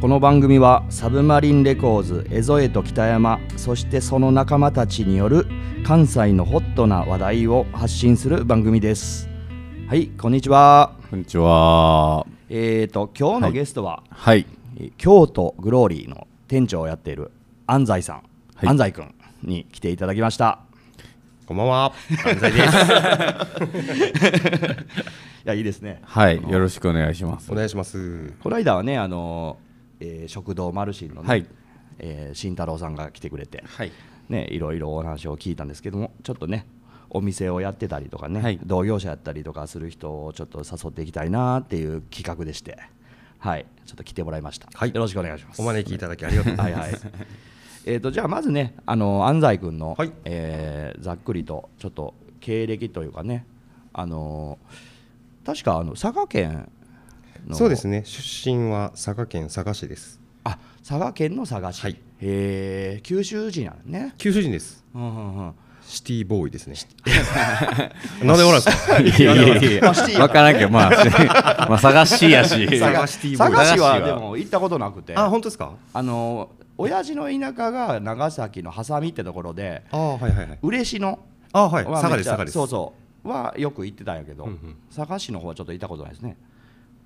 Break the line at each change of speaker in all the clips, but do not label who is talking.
この番組はサブマリンレコーズ江添と北山そしてその仲間たちによる関西のホットな話題を発信する番組ですはいこんにちは
こんにちは。
えーと今日のゲストは、
はい。
えー京都グローリーの店長をやっている安西さん、
はい
安西くんに来ていただきました
こんばんは。安西です。
いやいいですね
はい。よろしくお願いします
お。願いします。
この間はねあのー、えー食堂マルシンのね、
はい
えー慎太郎さんが来てくれて
はい。
ね、いろいろお話を聞いたんですけどもちょっとねお店をやってたりとかね、
はい
同業者やったりとかする人をちょっと誘っていきたいなっていう企画でしてはいちょっと来てもらいま した、
はい
よろしくお願いします
お招きいただきありがとうござ
はいい
ま
は
す。
いえーとじゃあまずねあの安西君の、
はい
えーざっくりとちょっと経歴というかねあのー確かあの佐賀県の
そうですね。出身は佐賀県佐賀市です。
あ佐賀県の佐賀市、
はい
えー九州人なんね、
九州人です。
うんうんうん、
シティボーイですね。なんで笑うんですか。
いやいやいや。わからんけど、まあ、まあ、 探しやし。
佐賀シティボーイ
佐賀市はでも行ったことなくて
あ、
あ
本当ですか。
の親父の田舎が長崎の波佐見ってところで
あ、はいはいはい。
嬉野
あ、はい。
はめっちゃ
佐賀です。佐賀です。
そうそうはよく行ってたんやけど、
うんうん
佐賀市の方はちょっと行ったことないですね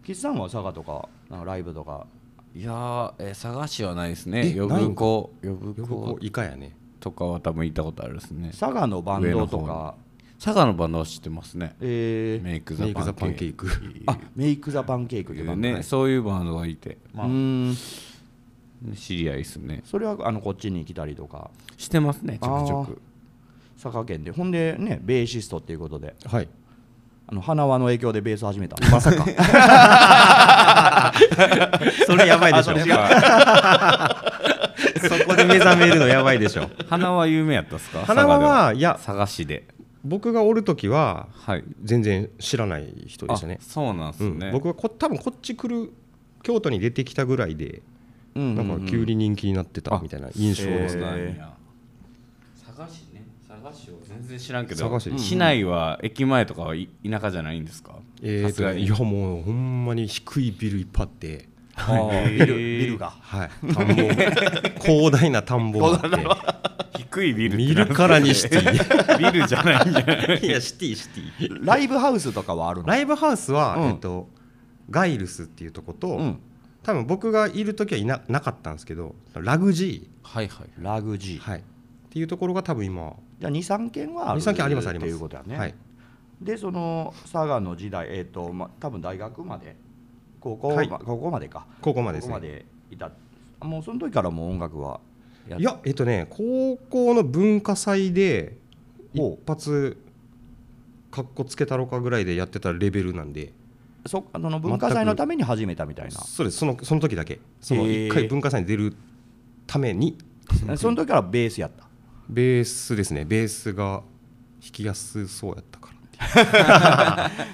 岸さんは佐賀とかなんかライブとか
いやー、えー、探しはないですね。
え
呼ぶ子、呼ぶ
よくこ
子
うイカやね。
とかは多分行ったことあるですね。
佐賀のバンドとか
佐賀のバンドは知ってますね。
えー
メイクザ
メイクザパ
パ
ン
ン
ケ
ケ
ー
ー
キ。
キ。
あメイク・ザ・パンケーキとか
ね、そういうバンドがいて、ま
うーん
あ、知り合いですね。
それはあのこっちに来たりとか
してますね、ちょくちょく。
佐賀県でほんでねベーシストっていうことで
はい。
あの花輪の影響でベース始めた
まさか。それやばいでしょ。 そこで目覚めるのやばいでしょ。
花は有名やったっすか
花輪は
佐賀で
いや
佐賀市で
僕がおるときは
はい
全然知らない人でしたね
あ。そうなんすね、
うん、僕はこ多分こっち来る京都に出てきたぐらいで、
うんうんうん
なんか急に人気になってたみたいな印象
そう
で
な
す
ん
ね、
や、
え
佐賀市ね佐賀市を全然知らんけど
佐賀市うんうん
市内は駅前とかはい田舎じゃないんですか
えーとねいやもうほんまに低いビルいっぱいあって、
ビルビルが
はい、田んぼ広大な田んぼが あ
低いビル
って見るからにシテ
ビルじゃないんじ ゃない
ィいやシティシティ
ライブハウスとかはあるの
ライブハウスは、
うん
えっと、ガイルスっていうとこと、
うん
多分僕がいる時はいななかったんですけどラグジ
はいはい
ラグジー、
ー、はい、っていうところが多分今
じゃあ23件はある
23件ありますあります
っていうことやね、
はい、
でその佐賀の時代えっ、と、ま、多分大学まで高校、
はい
ま高校までか
ここまでです
こ
ね
こまでいたもうその時からもう音楽はい
やえっとね高校の文化祭で
お
一発かっこつけたろかぐらいでやってたレベルなんで
そあの文化祭のために始めたみたい
そうですそのその時だけその
へー
一回文化祭に出るために
なその時からベースやった
ベースですねベースが弾きやすそうやったからっていう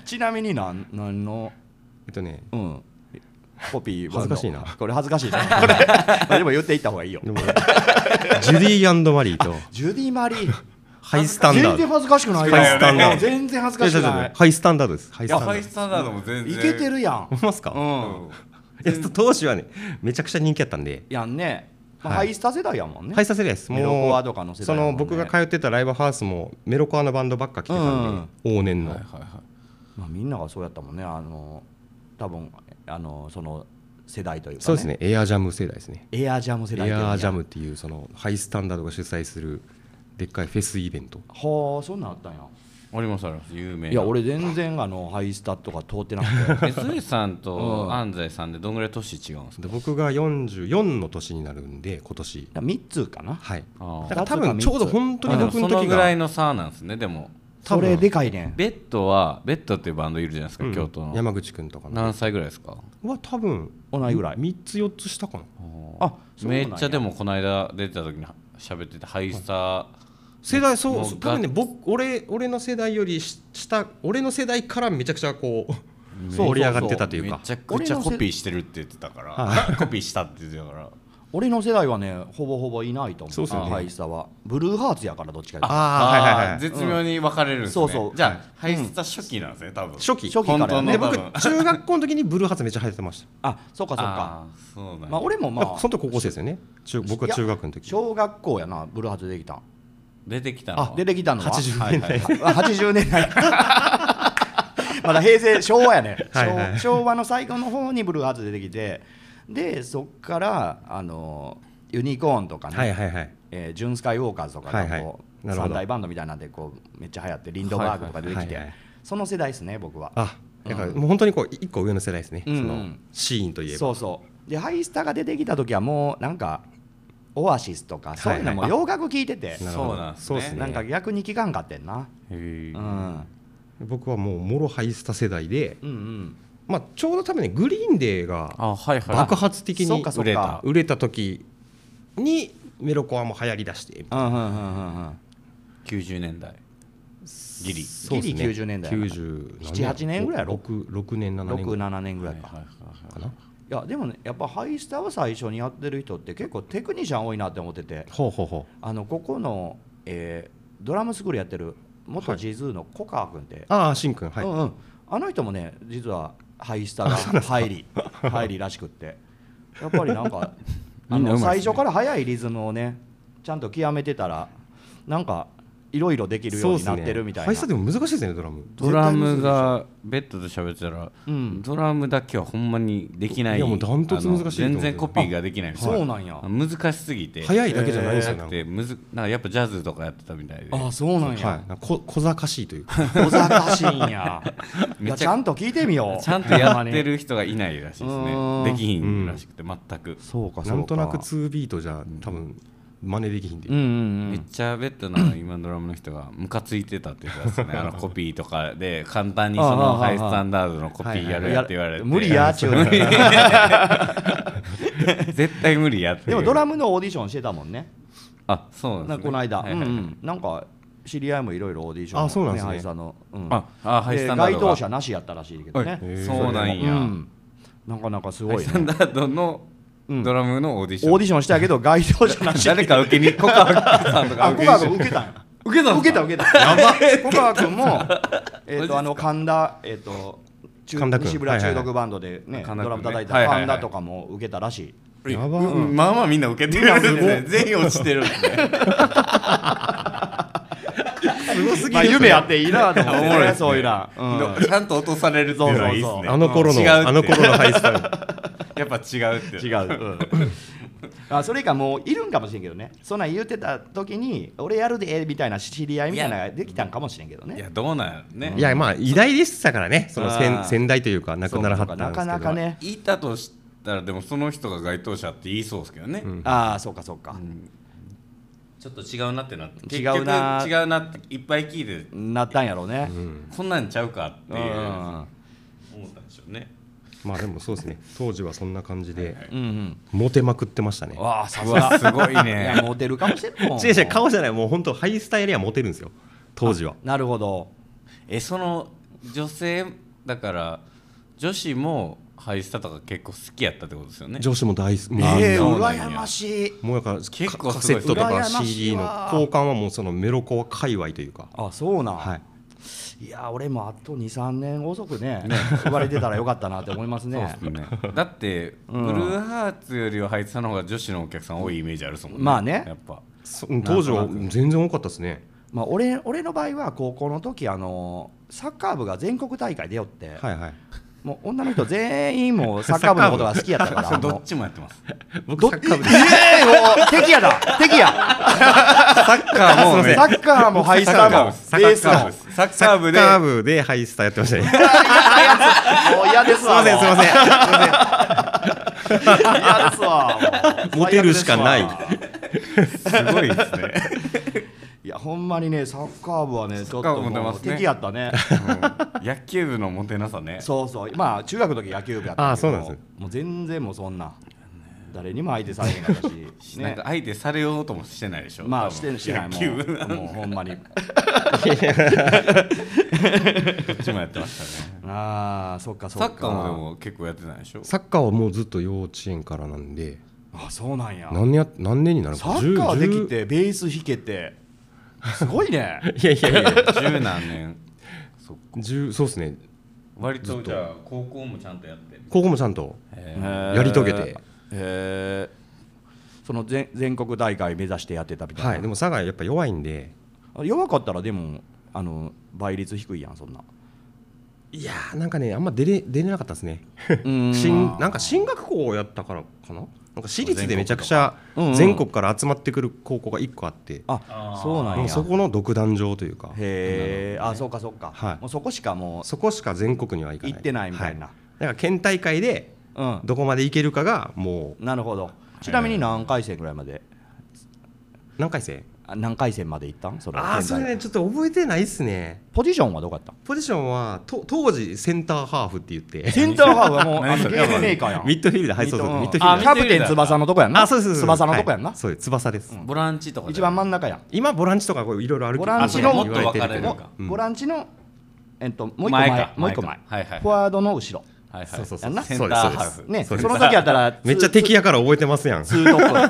ちなみになんなんの
えっとね
うんコピーバンド
恥ずかしいな
これ恥ずかし いなこれ まあでも言っていった方がいいよ
でも ジュディーマリーと
ジュディ・マリー
ハイスタンダー
全然
ド
恥ずかしくないよ
ハイスタンダード
いや 全然恥ず
い
か
や
し
ちょ
く
っと
な
ね
い
ハイスタンダードですハイスタンダード
スタンダードも全
いけてるやん
ほんまっすか、
う
い
ん
やちょっと当時はねめちゃくちゃ人気やったんで
やんね、まあ
はい
ハイスタ世代やもんね、
はい、させないです。
メロコアとかの世代
そ
だもん
の
ね
僕が通ってたライブハウスもメロコアのバンドばっか来てたんで、往年の、
はいはいはい
まあ、みんながそうやったもんねあの多分あのその世代というか、ね、
そうですね、エアジャム世代ですね。
エアジャム世代
エアジャム
っ
ってていうそのハイスタンダードが主催するでっかいフェスイベント。
言うんやはあそんなんあったんや
ありますあります有名ない
や俺全然あのハイスタとか通ってなく て
え鶴さん
う
と
ん
安西さんでどんぐらい年違うんですか
で僕が44の年になるんで、今年。
3つかな
はい。
あ
だ
ー
から多分ちょうど本当に
あでも
僕の
その
時
ぐらい
が。
の差なんですねでも
それでかいねん
ベッドはベッドっていうバンドいるじゃないですか、
うん
京都の
山口くんとかの
何歳ぐらいですか
は多分
同いぐらい
3つ4つ下かな
あそうなん
め
や
っちゃでもこの間出てた時に喋っててハイスター、
世代そう
もう
そう多分ね僕俺俺の世代よりし下俺の世代からめちゃくちゃこう
そう
盛り上がってたという
め
か
ちゃくちゃコピーしてるって言ってたからコピーしたって言ってたから
俺の世代はねほぼほぼいないと思う
そうですよね
ハイスタはブルーハーツやからどっちか
あ
あ
あはいはいは
ー
い
絶妙に分かれるんですね、
うんそうそう
じゃあ排出た初期なんですね多分
初期
初期から
本当の
で
ね
僕
多分
中学校の時にブルーハーツめっちゃ流行ってました
あそうかそうか
あーそうなんや
まあ俺もま あ
その時高校生ですよね中僕は中学の時
小学校やなブルーハーツ出てきたん
出てきたのは
出てきたのは
80年代
あ80年代 まだ平成昭和やね
はいはい
昭昭和の最後の方にブルーハーツ出てきてでそっからあのユニコーンとかね、
はいはいはい
えージュン・スカイ・ウォーカーズとか
はいは
が
い
こう、
なるほど
三大バンドみたいなんでこうめっちゃ流行ってリンドバーグとか出てきて、
はいはいはい
その世代ですね僕は
あだからもう本当にこう一個上の世代ですね
う
そ
んうん
のシーンといえば
そうそうでハイスタが出てきた時はもうなんかオアシスとかそういうのも
はいは
洋楽聴いてて、
なるほ
そ
ど
うなんすね
そうです
なんか
ね
逆に聴かんかってんな、
へー
うん、
僕はもうモロハイスタ世代で
うんうん
まあちょうど多分ねグリーンデーが
あはいはい
爆発的
そう
に
かそう
売れた
か
売れた時にメロコアも流行りだして
うんうんうんうんうん
90年代ギリ
そうっすねギリ90年代やな
97
78年ぐらいやろ
6年7年ぐらい
67年ぐらいか、い
はいはいはい
かな
やでもねやっぱハイスターを最初にやってる人って結構テクニシャン多いなって思ってて
ほうほうほう
あのここの、えードラムスクールやってる元ジズーのコカー君って、
ああしんくんはい、
うんうん、あの人もね実はハイスターが入り入りらしくってやっぱりなん かあ
みんな
の
うま
最
いっすね
初から速いリズムをねちゃんと極めてたらなんかいろいろできるようになってるみたい
ハ
な
イスタでも難しいですよねドラム
ドラムがベッドで喋ってたら、
うん
ドラムだけはほんまにできない
いやもうダントツ難しいと
あの
思う
全然コピーができないみたい
そうなんや
難しすぎて
早いだけじゃないですよ
なくてむずなんかやっぱジャズとかやってたみたいで
あそうなんや、
はい、なんかこ小賢しいとい うか
小賢しいんやい
めっち
や
ゃ
ちゃんと聞いてみよう
ちゃんとやってる人がいないらしいです
うん
ねできひんらしくて全く、
そうかそうか
なんとなく2ビートじゃ多分真似できひんで、
うんうんう
めっ
ん
ちゃベッドの 今のドラムの人がムカついてたって言ってたん ですねあのコピーとかで簡単にそ
あああああ
の
あ
ハイスタンダードのコピーやるやって言われて
無理やっちゅうね
絶対無理やって
でもドラムのオーディションしてたもんね
あそうな
なん
んです、ね、
かこの間、
はいはい
うんうんなんか知り合いもいろいろオーディション
あそうなんですね
ハイスタの、うん
ああハイスタンダード
で該
が
当者なしやったらしいけどね、
はいへー
そうなんや、
うんなかなかすごい、
ハ
ね
イ、スタンダードの
うん
ドラムのオーディション、
オーディションしたけど該当者なし
誰か受けに小川さんとか
あ小
受けに
川君受けたんや
受けたん
受
です
けた
か
受けたやば小川君 もえっとあの神田えっと中
神田君
西村中毒バンドでね
い
ド
神田君ね
ラム叩いた
はいはいはい
神田とかも受けたらしい
やば
うんまあまあみんな受けてるんですね全員落ちてるんですね
すごすぎる夢あっていいなと思っ
お
て
もろ
ね
いですね
そういうなうん
ちゃんと落とされるっていうのはいいです
そうそう
ね
そう
あの頃
違うっ
の
て
あの頃のハイ スタ
やっぱ違うって
違 うあそれかもういるんかもしれんけどねそんなん言ってた時に俺やるでみたいな知り合いみたいなのができたんかもしれんけど
いや
ね
どうなんやろね
いやまあ偉大でしたからねその
あ
先
ー
先代というか亡くならはったんです
な
け
か
ど
なかね
いたとしたらでもその人が該当者って言いそうですけどね、
ああそうかそうか
ちょっと違うなってなって結
違
局
うな
違うなっていっぱい聞いて
なったんやろうね
こんなんちゃうかって
う
いうん思ったんでしょうね
まあでもそうです ね当時はそんな感じで
うんうん
モテまくってましたね
わあさ
う
すが
わすごい
い
ね
やモテるかもしれんもん
違う違う顔じゃないもう本当ハイスタやりゃモテるんですよ当時は
なるほど
えその女性だから女子もハイスタとか結構好きやったってことですよね
女子も大好きもう
あ
ええ
そうなんや
羨ましい
もうやから
結構
カカ
す
セ
ごい
ットとか
羨ましい
CD の
わ
交換はもうそのメロコア界隈というか
あそうなん、
はい
い、や俺もあと23年遅くね生まれてたらよかったなって思います ね
そうっすねだって、ブルーハーツよりはハイスタの方が女子のお客さん多いイメージあるっすもんね
まあね
やっぱ
そ当時は全然多かったですね
まあ、俺俺の場合は高校の時あのサッカー部が全国大会出よって、
はいはい
もう女の人全員もうサッカー部のことが好きやったか
それ
ら
どっ
も
ちもやってます
うどっええもう敵やだ敵や
サッカーも
サッカーもハイスターも
サッカー
も
部
う
サッカー部で
サッカー部でハイスタやってました ねすい
嫌ですわ
ませんすいません
せん嫌ですわもう
モテるしかな
最
い
悪ですわ
すごいですね
いやほんまにねサッカー部はねちょっ
ッカー
と
部モテ
も
ま
う
すね
敵やったね
うん野球部のもてなさね
そうそうまあ中学の時野球部やった
あ
けど
そうなんですね
もう全然もうそんな誰にも相手されへんかったし
なん
ね
か相手されようともしてないでしょ
まあ
多分
してるしない
野
も
球部
うもうほんまに
どっちもやってましたね
ああそっかそっ
サ
か
ッカーもでも結構やってないでしょ
サッカーはもうずっと幼稚園からなんで
ああそうなんや
何年や何年になるの
サ
か
ッカーで
10
きてベース弾けてすごい ね
10いやいやいや
十何年そっか
10そうですね
割
ず
と
っと
じゃあ高校もちゃんとやって
ここもちゃんと
や
やり遂げて
へえその全全国大会目指してやってたみたいな、
はいでも佐賀やっぱ弱いんで
弱かったらでもあの倍率低いやんそん な
いやーなんかねあんま出れ出れなかったですね
し
進なんか進学校をやったからかななんか私立でめちゃくちゃ
全国とかうんうん
全国から集まってくる高校が1個あって
あそうなん
もう
や
そこの独壇場というか
へえあそうかそうか、
はい
もうそこしかも
そこしか全国には行か
う
ない
行ってないみたいな、
はだから県大会でどこまで行けるかがも
うんなるほどちなみに何回戦ぐらいまで、
う何回戦
あ何回戦まで行ったんそれ
ああ
現
そ
在
れねちょっと覚えてないっすね
ポジションはどこや ったん
ポジションはと当時センターハーフって言って
センターハーフは もうあ
何
の
それ
ゲームメーカーやん
ミッドフィルダーはいそうそう
ミ
ミッ
ッ
ド
ド
フ
フィルダー
ィルダー
キャプテン翼のとこやんな
あそうですそうです
翼のとこやんな、
はいそうです翼です
ボランチとか
一番真ん
中
中やん
今ボランチとかこういろいろある
ボランチの
あそう言われて
もっと分
るけど
かれるか
うん
ボランチの、えっと、もう一個前
前か
もう一個前
前かはいはい
フォワードの後ろ、
はいはい
そうそうそ
や
う
んな
センターハー
そうですそう
フ
ね、
そ
そう
です
の時やったら
めっちゃ敵やから覚えてますやん
ツーツート ッ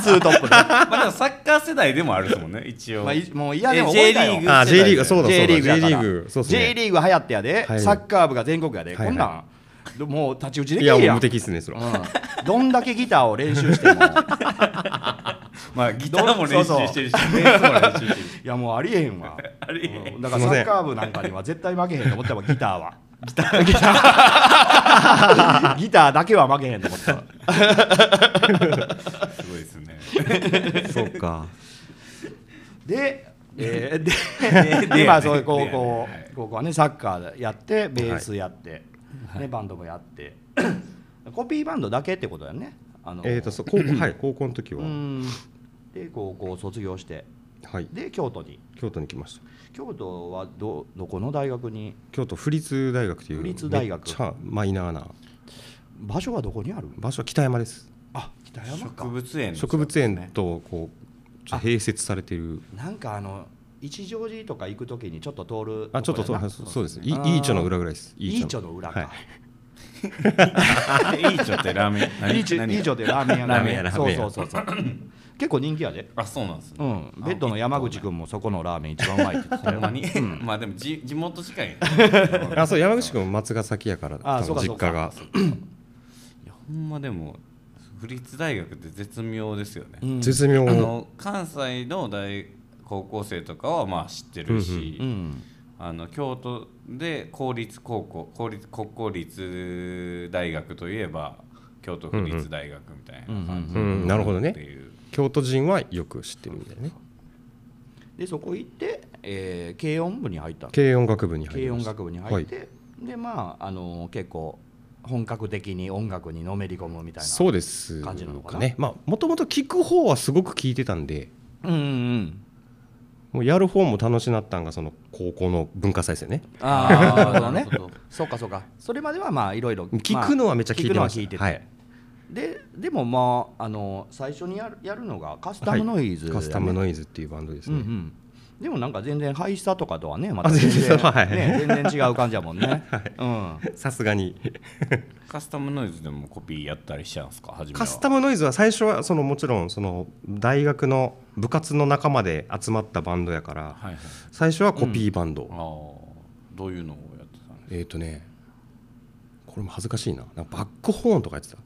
プツートップで
まあでもサッカー世代でもあるですもんね一応
まあいもう嫌
え
でも覚えたよ
J リーグ
あ J リーグそうだそうだ
J リーグやから
J リーグそうっすね
J リーグ流行ってやで、
はい
サッカー部が全国やで、
はいはい
こんなんどもう太刀打ちでき
い
るや
や
ん
もう無敵っすねそれは
うんどんだけギターを練習しても
まあギターも練習してるしベースも練習してるし
いやもうありえへんわ
ありえへん
うんだから
すい
サ
ません
ッカー部なんかには絶対負けへんと思ってたもんギターはギターギターだけは負けへんと思ってた
すごいですね
そうか
で、えー
で
で
で
でまあそういう高
では
校
い
高校はねサッカーやってベースやって、ね、バンドもやってコピーバンドだけってことだよねあの
えっとそう高校はい高校の時
う
は
んで高校を卒業して
はい
で京都に
京都に来ました
京都はどどこの大学に
京都府立大学という
府立大学
めっちゃマイナーな
場所はどこにある
場所は北山です
あ北山か
植物園の
植 物園とこうちょっと併設されてる
なんかあの一乗寺とか行くときにちょっと通る
あちょっと
とこやな
そうはいそうそうですいい
あー
いいちょの裏ぐらいです
いいち
ょ
ょの裏か、
はい
いいちょってラーメン何
いいちょ
何
いいちょってラーメン屋が
ラーメン屋ラーメン屋
そうそうそう そう結構人気やで
あそうなんです
う
ね
んベッドの山口君もそこのラーメン一番うまいって言ってた
ほん
よ
まにまあでもじ地元近 いい
あそう山口君も松ヶ崎やから
あ
多
そ
分実
うかそう
家
か
が
やほんまでも府立大学って絶妙ですよね
うん
絶妙
あの関西の大高校生とかはまあ知ってるし、
うん
あの京都で公立高校公立国公立大学といえば京都府立大学みたいな感
うんうんうんなるほど
じ
ね
っていう、
京都人はよく知ってるみたいなね
でそこ行って、えー軽音部に入ったの
軽音楽部に入
軽
りま
音
した
楽部に入って、でまあ、あのー結構本格的に音楽にのめり込むみたいな
そうです
感じなのかな
ねまあもともと聞く方はすごく聞いてたんで
うんうん うん
もうやる方も楽しなったんがその高校の文化祭ですよね
ああなるほどね
なるほど
そうかそうかそれまではまあいろいろ
聞くのはめっちゃ聞いてました
聞くのは
は
聞いて
い
てででもまああの最初にやるやるのがカスタムノイズ、
カスタムノイズっていうバンドです
うんう
ね
んでもなんか全然ハイスタとかとはねまた
あ
全
全
然,、
然はい
ね、全然違う感じだもんね、うん
さすがに
カスタムノイズでもコピーやったりしちゃうんですか初めは
カスタムノイズは最初はそのもちろんその大学の部活の仲間で集まったバンドやから
はいはい
最初はコピーバンド、
ああどういうのをやってたの
えっ、ー、とねこれも恥ずかしいななんかバックホーンとかやってた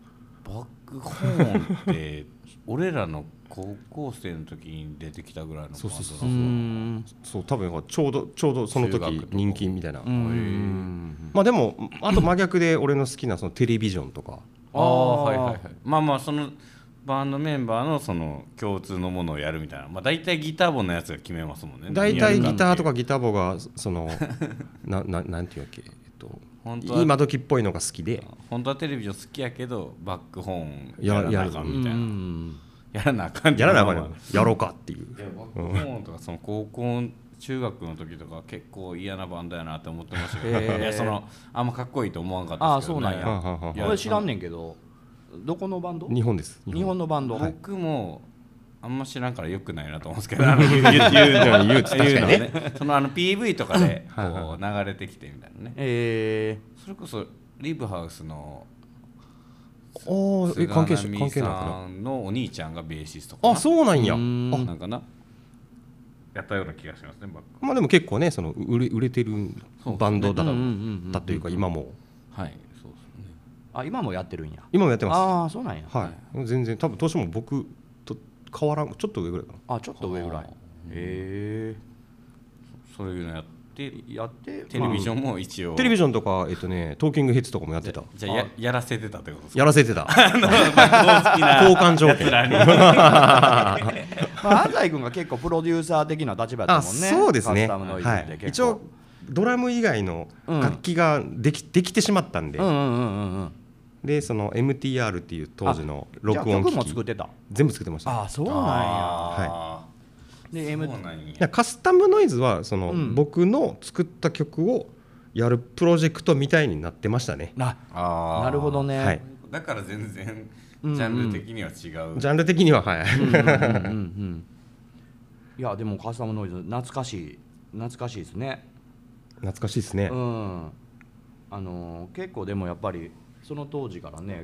バックホーンって俺らの高校生の時に出てきたぐらいのバンドなんで
う
すよ
ん
そう多分ちょうどちょうどその
中学
時
とか
人気みたいな、
うん
まあでもあと真逆で俺の好きなそのテレビジョンとか
ああはいはいはいまあまあそのバンドメンバーのその共通のものをやるみたいなまあ大体ギターボのやつが決めますもんね
大体ギターと
か
かギターボがそ のなななんていうわけ、えっと、
本当は
今時っぽいのが好きで
本当はテレビ好きやけどバックホーン
や
やらなあかんみたいなやらなあかんって
やらなあかん
まあ
よ
まあ
やろうかっていう
いやバックホーンとかその高校中学の時とか結構嫌なバンドやなって思ってましたけど、
へえ
いやそのあんまかっこいいと思わんかったですけど、ね、
ああそうなんや
はあはあはあ
いや
俺知らんねんけどどこのバンド
日本です
日本のバンド、
僕もあんま知らんからよくないなと思うんですけど、あの 言う言うのは
言う確かにね
はそのあの PV とかで
はいはい
こう流れてきてみたいなね。
え
それこそリブハウスのですよ
おーえ関係者
菅波
関係ないか
さんのお兄ちゃんがベーシストかな
あそうなんや
うー
うんなんかなやったような気がしますねバック
まあでも結構ねその売れ売れてる
そう
バンドだ,、
うんうんうんうん
だというか今も
はいそうですね
あ今もやってるんや
今もやってま
ああそうなんや
すはい全然多分年も僕と変わらんちょっと上ぐらいかな
あちょっと上ぐらい
はあ
へ
そういうのやって
えやって
テレビジョ
ン
ンも一応
テレビジョンとかえっとねトーキングヘッズとかもやってた
じゃあややらせてたってことですか
やらせてた 交
交
換条件
まあ安西君が結構プロデューサー的な立場だ
あ
もんね
そうですね
カスタムノイズ
は
って
い
結
一
構
応ドラム以外の
うん
楽器ができできてしまったんで
うんうんうんうんうん
でその MTR っていう当時の録
じゃあ
音
曲
機
も作っ
器
てた
全部作ってました
あそうなんや
あ
で
ー
M
そうなん
い
や
やカスタムノイズはその、
うん
僕の作った曲をやるプロジェクトみたいになってましたね
な
あー
なるほどね、
はい
だから全然
うん
ジ
うん
ャンル的には違う
ジャンル的にははい、
うんうんうんうん いやでもカスタムノイズ懐かしい懐かしいですね
懐かしいですね、
うんあのー結構でもやっぱりその当時からね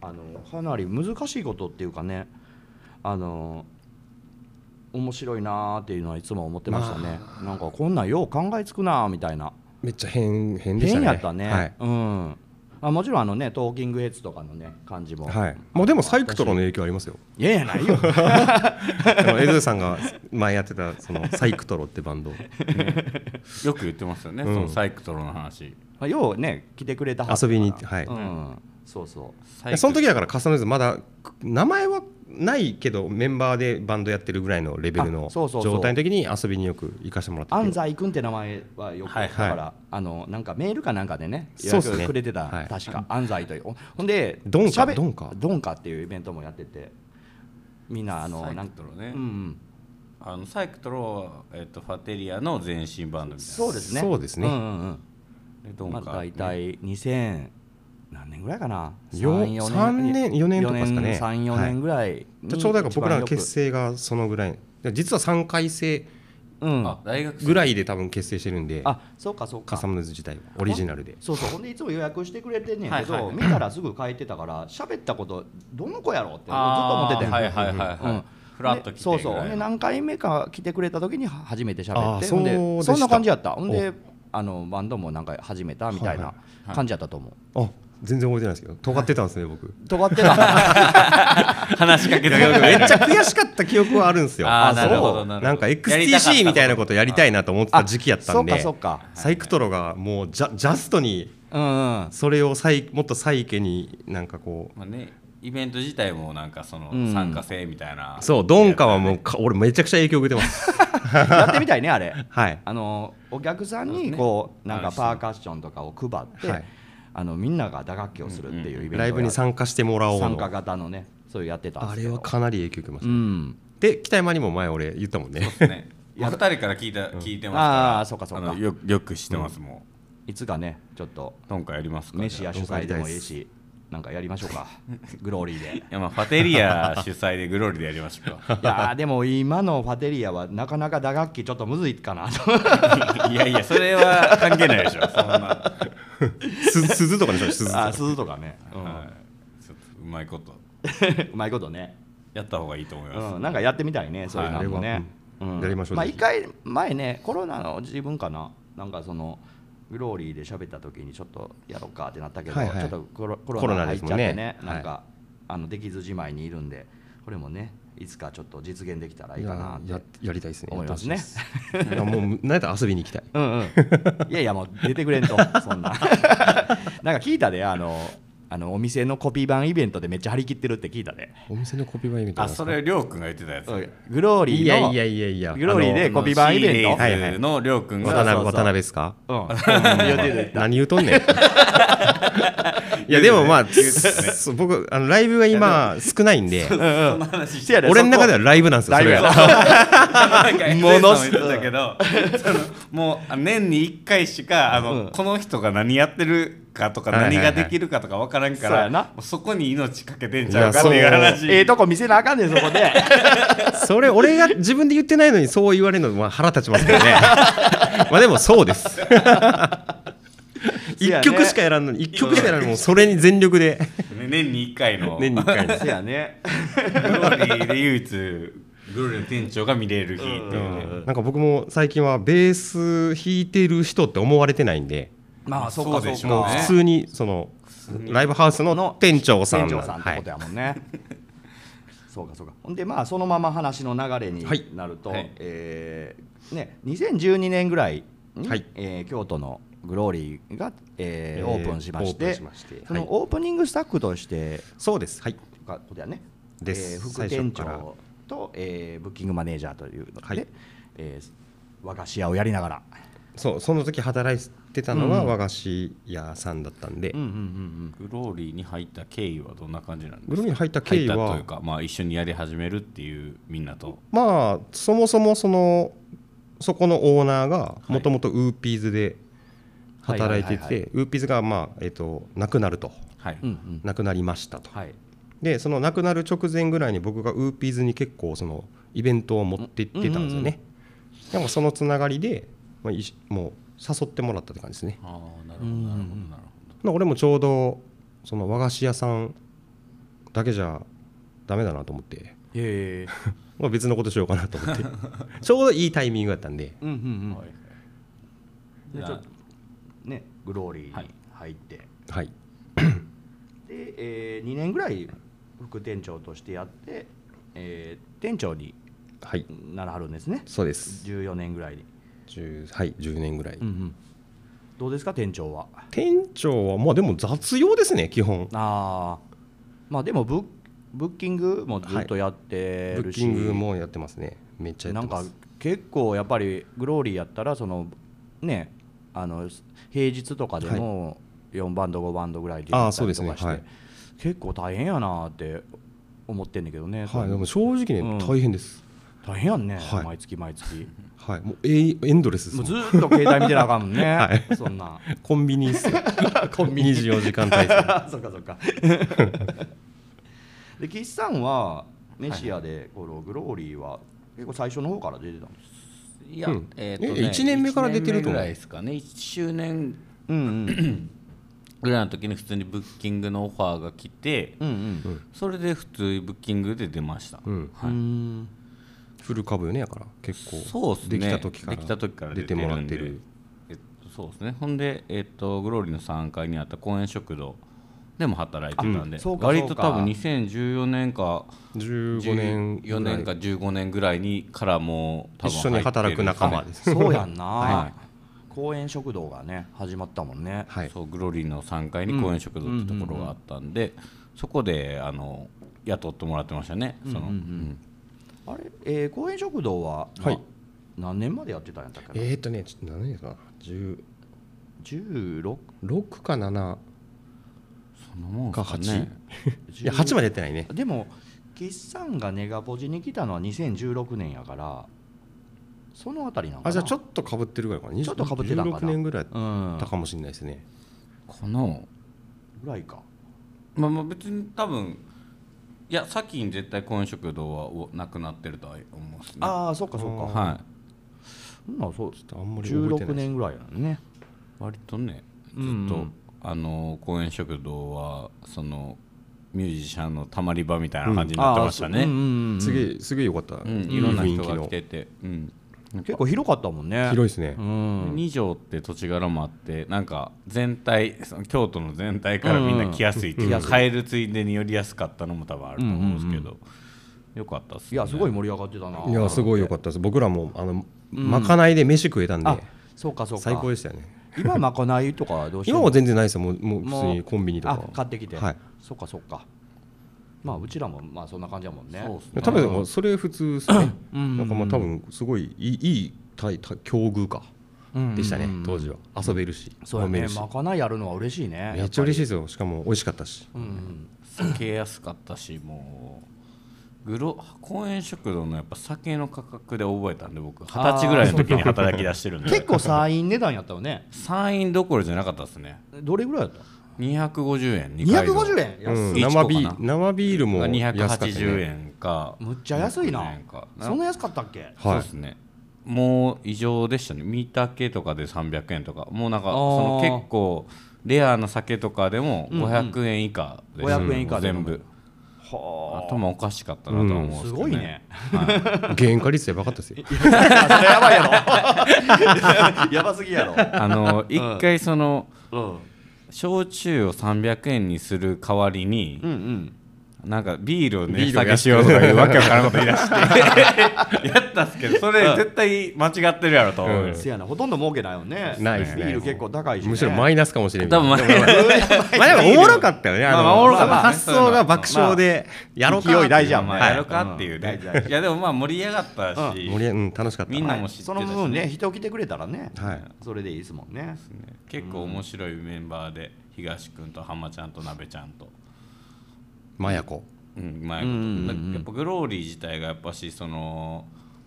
あのーかなり難しいことっていうかねあのー面白いなーっていうのはいつも思ってましたね、なんかこんなんよう考えつくなーみたいな
めっちゃ変変でしたね
変やったね
はい
うんあもちろんあのねトーキングヘッズとかのね感じも、
はい、もうでもサイクトロの影響ありますよ
いやいやないよ
でもエズーさんが前やってたそのサイクトロってバンド
よく言ってますよね、
うん
そのサイクトロの話
まあようね来てくれたはずだから
遊びに行ってはい
うん、そうそう
サイク
その時だからカスタムノイズまだ名前はないけどメンバーでバンドやってるぐらいのレベルの
あそうそうそう
状態の時に遊びによく行かせてもらってて
安西君って名前はよく、
はい
だ
はい
からあのなんかメールかなんかでね予
そうっ
約
すね
くれてた、
はい
確か安西というおほんで
ドンカ
しゃべ
ドンカ
ドンカっていうイベントもやっててみんなあの
サ
な
イ
ん
クトロ
う
ね
んうん
あのサイクトロは、えっとファテリアの前身バンドみたいな
そうですね
そうですね
うんうん
で
う
ド
ん
ン
まあ
カ
大体2000何年ぐらいかな
よ三年四年とかですかね
34年ぐらい
ち
に
ょうどだから僕らの結成がそのぐらいで実は3回生
一番よくうん
あ大学生
ぐらいで多分結成してるんで
あそうかそう
カ
か
スタムノイズ自体はオリジナルで
そうそうほんでいつも予約してくれてんねんけど、
はいはい
見たらすぐ帰ってたから喋ったことどの子やろうってずっと思
あ
ってて
ー
ん
はいはいはいはい、
うん
フラッと来て
そうそうほんで
な
何回目か来てくれた時には初めて喋って
あー
ほん
そう
で
でし
そ
た
んな感じやったほんであのバンドもなんか始めたみたいな
は
感じやったと思う、
あ全然覚えてないですけど尖ってたんですね僕
尖ってた
話しかけて
めっちゃ悔しかった記憶は あるんですよ
あ
ーなるほど
なるほど
なんか
やりたかった
XTC みたいなことやりたいなと思ってた時期やったん
そ
で
っかそっか
サイクトロがもうジャジャストに
うんうん
それをサイもっとサイケになんかこ
まあねイベント自体もなんかその
うん
参加性みたいな、
うそうドンカはもうか俺めちゃくちゃ影響受けてます
やってみたいねあれ
はい
あのお客さんに
ね
こうなんかパーカッションとかを配って、
はい
あのみんなが打楽器をするっていうイベントをや
ライブに参加してもらおうの
参加型のねそういうやってたんで
あ
すけ
れ
ど
はかなり影響受けまし
う
た、
ん
で北山にも前俺言ったもんね
ね、まあ、2人から聞いた、聞いてますから
あーそうかそうか
のよよく知ってます、も
いつかねちょっと
う今回やりますか
飯や
じゃ
主催でもいいしなんかやりましょうかグローリー でい
あいやまあファテリア主催でグローリーでやりましょう か
やーでも今のファテリアはなかなか打楽器ちょっとむずいかな
いやいやそれは関係ないでし ょそんな、
す鈴とかで しょ鈴と
あ
か
鈴とかね、うん
はい、ちょっとうまいこと
うまいことね、
やった方がいいと思います、
うん、なんかやってみたいねそういうのも
はいあ
ね
れ、はうんやりましょう
まあ
ぜ
一
ひ
回前ねコロナの自分かななんかそのグローリーで喋った時にちょっとやろうかってなったけど、
はいはい
ちょっとコロコロ
コロ
ナ
ナ
入っ
で
ち
す
ゃ
も
っ
ん
て
ね
ねなんか、
は
あのできずじまいにいるんでこれもねいつかちょっと実現できたらいいかなっ
い
て
やややりたいですね
思いますね
やってほしいですいやもう何やったら遊びに行きたい
うんうん、いやいやもう出てくれんとそ んななんか聞いたであのあのお店のコピー版イベントでめっちゃ張り切ってるって聞いたで、
お店のコピーバイみたい
あ
な
それりょうくんが言ってたやつ
グローリーの
いやいやいやいや
グローリー
あ
で
の
コピー版イベント、
シー
はい
レーズのりょうくんが
渡
そうそうそ
辺
う
渡辺ですか
うん、言うてる
何言う とんねんいやでもまあそう僕あのライブが今少ないんで
その話して
せやで
俺の中ではライブなんですよそれは
なんか
ものす
すごいけどそのもうあ年に1回しかあの、
うん
この人が何やってるかとか
はいはい
何
はい
ができるかとか分からん
そ
か
う
ら、
やな
もうそこに命かけてんちゃうかって
い
いう
やそう
話
ええとこ見せなあかんねんそこで
それ俺が自分で言ってないのにそう言われるのまあ腹立ちますけど ねまあでもそうです
せやね
一曲しかやらんのに一曲しかやらんのにもうそれに全力で
ね年に1回の
年に一回の
せやねグローリーで唯一グローリーの店長が見れる日っていうね
なんか僕も最近はベース弾いてる人って思われてないんで
まあそうか
そうでし
そ
ょ
う
う
もう
か
ね
普通にそのライブハウスの店長さん
店長さんってこと
は
やもんね、そうかそうかほんでまあそのまま話の流れに
はい
なると、
はい
えーね、2012年ぐらいに、
はい
えー京都のグローリーが、えー
えー
オープンしまして
オープンしまして
そ
はい
のオープニングスタッフとして
いそうですはい
とかことやね
です
えー副
最初
店
から
長と、えーブッキングマネージャーというので、
はい
えー和菓子屋をやりながら、
そうその時働いてたの
う
は
ん
和菓子屋さんだったんで、
うんうんうん
グローリーに入った経緯はどんな感じなんですか
グルメに入った経緯
入った
は
というか、まあ、一緒にやり始めるっていうみんなと
まあそもそもそのそこのオーナーが
い
もともとウーピーズで働いて
はいはいはい
てウーピーズがまあえっとなくなると
はい、
うんうんうん
なくなりましたと
はい
でその亡くなる直前ぐらいに僕がウーピーズに結構そのイベントを持って行ってたんですよね、でもそのつながりで、まあ、いしもう誘ってもらったって感じですね
ああなるほどなるほどなる
まあ俺もちょうどその和菓子屋さんだけじゃダメだなと思って
えー
まあ別のことしようかな と思ってちょうどいいタイミングだったんで
うんうんうん
ほど、はい
で
じゃあ
ちょっとねグローリー
はい
に入って、
はい
で、え2年ぐらい副店長としてやって、えー店長に
はい
ならはるんですね
そうです
14年ぐらいに、
10はい10年ぐらい、
うんうんどうですか店長は
店長はまあでも雑用ですね基本
あーまあでもブッブッキングもずっとやって
ブッ
るし、
キングもやってますねめっちゃや
な
って
ん
ま
か
す
結構やっぱりグローリーやったらそのねあの平日とかでも4バンド5バンドぐらいで
あ
や
ー
ったりとかして、
そうですね
結構大変やなって思ってんだけどね、そ
はい、
の
でも正直ね、
うん
大変です、
大変やんね、
はい
毎月毎月
はい、もうエエンドレスです
も
も
うんずーっと携帯見てなあかんもんね、
はい
そんな
コンビニっすよコンビニ24時間体制
そっかそっか で岸さんはメシアでこのグローリーは結構最初の方から出てたんです
いや、
うん
えっ、と、
え
ね、
一年目から出てると
一年目
思う
ぐらいですかね1周年
うんうん
ぐらいの時に普通にブッキングのオファーが来て、
うんうん
それで普通にブッキングで出ました、
うん
う
はい
ん
フル株よねやから結構
そうですね
できた時から
できた時から
出てもらってる
んでえっとそうですねほんで、えっと、グローリーの3階にあった公園食堂でも働いてたんで、
うんそうか
割
そう
と
か
多分2014年か
15年
4年か15年ぐらいにからもう多分
一緒に働く仲間
入ってる
です、
そうやんな、
は
公園食堂がね始まったもんね、
はい
そうグロリーの3階に公園食堂ってところがあったんで、そこであの雇ってもらってましたねその、うん
あれ、えー公園食堂は、
はい
な何年までやってたんやったっけな、
えーっとねちょっと何年か
16
な16か7
そんなもん
か
すか
8、
ね
いや8までやってないね
でも岸さんがネガポジに来たのは2016年やからそのあたりなのかな
あじゃあちょっとかぶってるぐらいかな
ちょっと被ってたんかな
16年ぐらいだ
う
っ
ん
たかもしれないですね、
この
ぐらいか
まあまあ別に多分いや先に絶対公園食堂はおなくなってるとは思うんですね
ああそっかそっか
は
そんなんそう
ちょっとあんまり覚え
16
てない
年ぐらいやね
い割とねずっと、
うんうん
あの公園食堂はそのミュージシャンのたまり場みたいな感じになってましたね、
うんうんうん
すげえすげえよかった、
うん
い
い
い
ろんな
雰囲
人
気
が
の
来てて、うん、
結構広かったもんね
広いですね
う、ん
2畳って土地柄もあってなんか全体その京都の全体からみんな来やすいっていうか、買えるついでによりやすかったのも多分あると思うんですけど、よかったっす、ね、
いやすごい盛り上がってたない
やすごい良かったです僕らもあの、まかないで飯食えたん
あ
で
そうかそうか
最高でしたよね
今まかないとかどうしてん
今
の
も全然ないですよもうもう普
もう
通にコンビニとか
あ買ってきて、
はい
そっかそっかまあうちらもまあそんな感じやもんね
そうっすね
多分でもそれ普通ですね
うんうんうん
なんかまあ多分すごいいいいい対対境遇か
うんうんうん
でしたね当時は遊べるし
そうや
飲め
ね
るし
まかないやるのは嬉しいね
めっちゃ嬉しい
い
ですよしかも美味しかったし
うんうん
酒安かったしもうグロ公園食堂のやっぱ酒の価格で覚えたんで僕二十歳ぐらいの時に働き出してるんで
結構サイン値段やったよね
山陰どころじゃなかったですね
どれぐらいやった
250円二階堂
250円
う
安い、
ん
いちごか
生
な
ビー生ビールも
が
安かったね
280円か
むっちゃ安いな
250円か
そんな安かったっけ
はい
そうですねもう異常でしたね見たけとかで300円とかもうなんか
あ
そ
ー
の結構レアな酒とかでも500円以下です、
500円以下で飲む
全部
は
頭おかしかったなとは思うんです
あ
け
す
ど、
ごいね
原価率やばかったです よ
それやばいやろやばすぎやろ
あの一回その
うん
焼酎を300円にする代わりに、
うんうん
なんかビールを値
ビールを
下
安
げ
く
しようとかいうわけわからんこと言い出して やったっすけどそれ絶対間違ってるやろと思う、
うん
せやなほとんど儲けないよね
ないですね
ビール結構高いしね
むしろ マイナスかもしれない
多分
でもまあ まあでもおもろかったよねあの
まあまあおもろかったね
発想が爆笑でやろうか
勢い大事やもんね
ま
は
あ
い
やろかっていう
う
ね
ん大事大事
いやでもまあ盛り上がったし、
盛り上うん楽しかった
みんなも知ってたし
その分ね人来てくれたらね
はい
それでいいですもんね
結構面白いメンバーで東君と浜ちゃんと鍋ちゃんと、
マヤコ
うんまあ
うんうんうんうん
やっぱグローリー自体がやっぱしその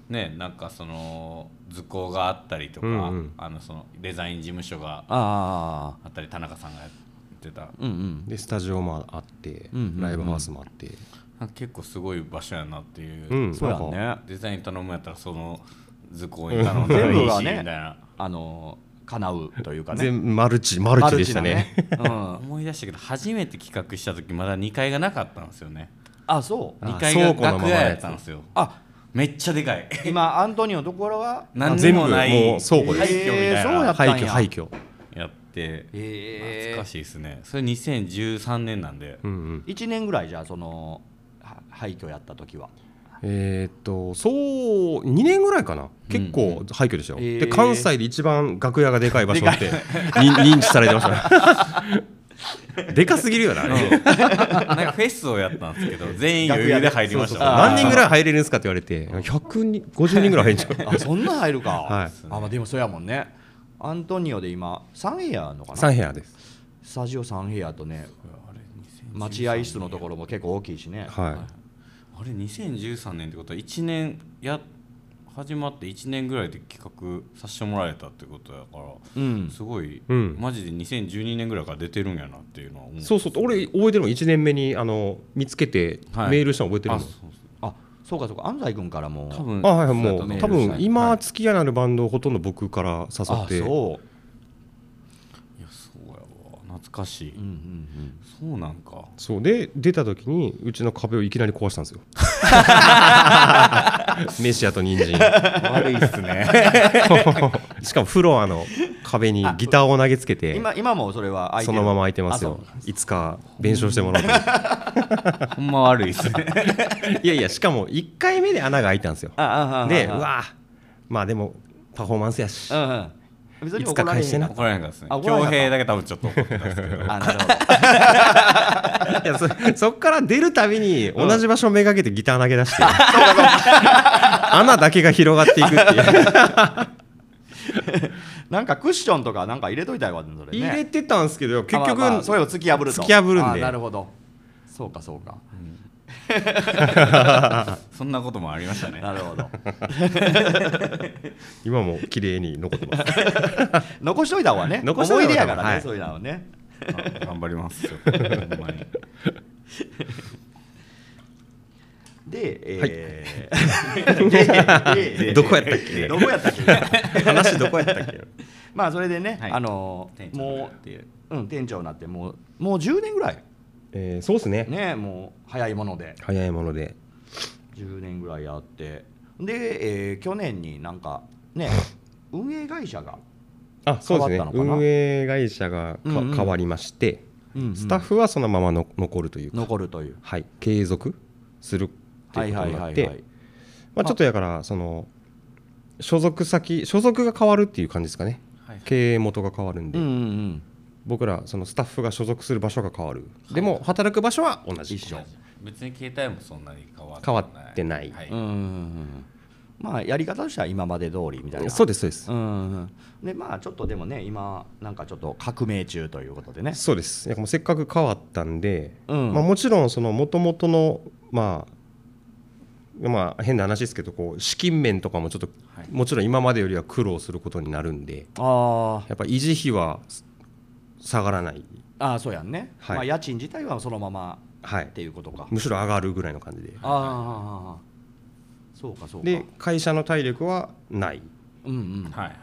ねなんかその図工があったりとか、
うんうん
あのそのデザイン事務所が
あ
あったり田中さんがやってた
あうんうん
でスタジオもあって
うんうんうん
ライブハウスもあって
なんか結構すごい場所やなっていう、
うん
そうや
なん
ね
デザイン頼むやったらその図工に頼んで
全
もい
部
いし
が
みたい
ね
な。
あの叶うというかね
全部マルチマルチでしたね
マルチなねうん
思い出したけど初めて企画した時まだ2階がなかったんですよね
あそう
あ
2階が
倉庫のまま
楽
のや
屋
つ
やったんですよ
あ
めっちゃでかい
今アントニオのところは
何にもな
全部
い
もう倉庫です
廃墟みたい
えーそうや
な
ったんや
廃墟廃墟
やって
え
懐かしいですねそれ2013年なんで
うんうん
1年ぐらいじゃあそのは廃墟やった時 は
えーっとそう2年ぐらいかな結構廃墟でしたよ、
えー
で関西で一番楽屋がでかい場所って に認知されてましたね でかすぎるよなあれ
うんなんかフェスをやったんですけど全員余裕で入りました
楽屋で
何人ぐら
い
い入れるんですかって言われて150人50人ぐらい入れちゃう
あそんな入るか、
はい
あまあでもそうやもんねアントニオで今3部屋あん のかな
3部屋です
スタジオ3部屋とね待合室のところも結構大きいしね、
は
あれ2013年ってことは1年や始まって1年ぐらいで企画させてもらえたってことやから
うん、
すごい、
うん
マジで2012年ぐらいから出てるんやなっていうのは思う
いそうそう俺覚えてるの1年目にあの見つけて
はい
メールしたの覚えてる
あ
の、
そう
あそうかそうか安西君からも
多分
あはいは
そ
い
うやっ
も
たと思
う
う
多分
は
今
い
付き合いのあるバンドをほとんど僕から誘
あ
って
そう
いやそうやわ懐かしい、
うんうん
そうなんか
そうで出た時にうちの壁をいきなり壊した んですよメシアと人 参
悪いっすね
しかもフロアの壁にギターを投げつけ
うん
て
今今もそれは空いて
そ
る
のまま開いてますよいつか弁償してもらおうと思っ て
ほんま悪いっすね
いやいやしかも1回目で穴が開いたんですよ
ああああ
でう
ああ
わまあでもパフォーマンスやし
うんうん別に
いつ
怒
から
れ
返してな
へん
怒られなかったっすね
あ怒られな
恭
かった
平だけ多分ちょっと怒ってたっすけど
あなるほど
いやそそっから出るたびに同じ場所めがけてギター投げ出して 穴だけが広がっていくって いう
なんかクッションとかなんか入れといたらよかったねそれね
入れてたんですけど結
あまあまあ
局
それを突き破ると
突き破るんで
あなるほどそうかそうか
そんなこともありました ね
なるほど
今も綺麗に残ってます
残しといた方がね
残しとい
思い出
た方が
やからね、
はい
そういうのはね
あ頑張りますよほんまに
で、えーでで
どこやったっけ
どこやったっけ
話どこやったっけ
まあそれでね、
はい
あのも
っていう
う、うん、店長になってもうもう10年ぐらい
えーそうですね
ねもう早いもので
早いもので
10年ぐらいやってで、えー去年になんかね運営会社が、
あそ
変わ
うですね
ったのかな
運営会社がか
うんうん
変わりまして
うんうん
スタッフはそのままの残るというか
残るという
はい継続するっていうことになってまあ、ちょっとやからその所属先所属が変わるっていう感じですかね
はい
経営元が変わるん
う
で、
んうんうん
僕らそのスタッフが所属する場所が変わるでも働く場所は同じ
一緒
別に携帯もそんなに変わって
変わってない
は
うんうんうんまあやり方としては今まで通りみたいな
そうですそうです、
うんうんうんでまあちょっとでもね今なんかちょっと革命中ということでね
そうですいやもうせっかく変わったんで、
うん
まあ、もちろんその元々のまあまあ変な話ですけどこう資金面とかもちょっと、
はい
もちろん今までよりは苦労することになるんで
あ
やっぱ維持費は下がらない、
あああそうやんね、
はい
まあ、家賃自体はそのまま
は
っ
い、
ていうことか、
むしろ上がるぐらいの感じで
ああそうかそうか
で会社の体力はない
うんうん
はいはい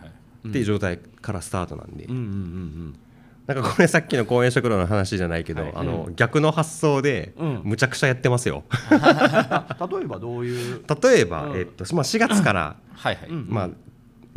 っていう状態からスタートなんで、
うんうんうんうん
なんかこれさっきの公園食堂の話じゃないけど、
はい
あの逆の発想で
うん
むちゃくちゃやってますよ。
例えばどういう
例えば、
うん
えっとまあ、4月から、
はいはい、
うん
まあ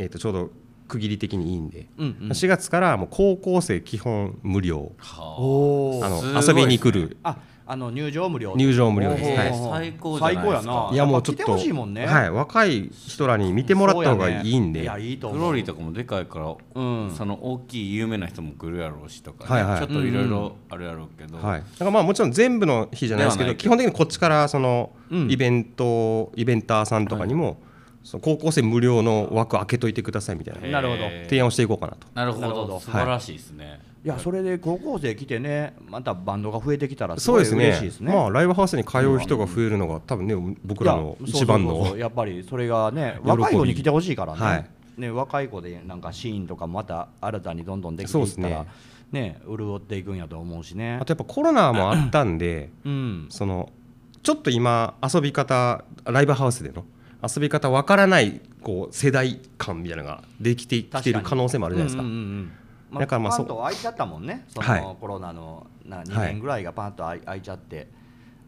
えっと、ちょうど区切り的にいいんで、
うんうん
4月からもう高校生基本無料
は
お
あ
ー
の
すごいです
遊
ね
びに来る
ああの入場無料
入場無料
あ
です。はい
おー最高じゃない
最
ですか
高やな
やもうちょっ
やぱ来て
と
ほしいもんね
はい、若い人らに見てもらった方がいいんで、
そうやねいやいいと
ク
思う
ローリーとかもでかいから、
うん
その大きい有名な人も来るやろうしとか、ね
はいはい
ちょっといろいろあるやろうけど、
はい、だからまあもちろん全部の日じゃないですけ
では
ど
ない
基本的にこっちからその
うん
イベント、イベンターさんとかにも、その高校生無料の枠開けといてくださいみたい
へ
な
ー
なるほど
提案をしていこうかなと
なるほど
なるほど
素晴らしいですね、
いやそれで高校生来てねまたバンドが増えてきたらす
そう
ごい
ですね
嬉しいですね
まあ、ライブハウスに通う人が増えるのが多分ね僕らの
いや
一番
そうそうそう
の
そうやっぱりそれがね
喜び
若い子に来てほしいからね,、
はい
ね若い子でなんかシーンとかまた新たにどんどんできて
そ
いうっ
です
た
ね
らね潤っていくんやと思うしね
あとやっぱコロナもあったんで
うん
そのちょっと今遊び方ライブハウスでの遊び方わからないこう世代感みたいなのができてきてる可能性もあるじゃないですか。
うんうんうんうんまあ、
だからまあ
パ
そう
ンと開いちゃったもんねその、
はい
コロナのな2
はい
年ぐらいがパンと開い開いちゃって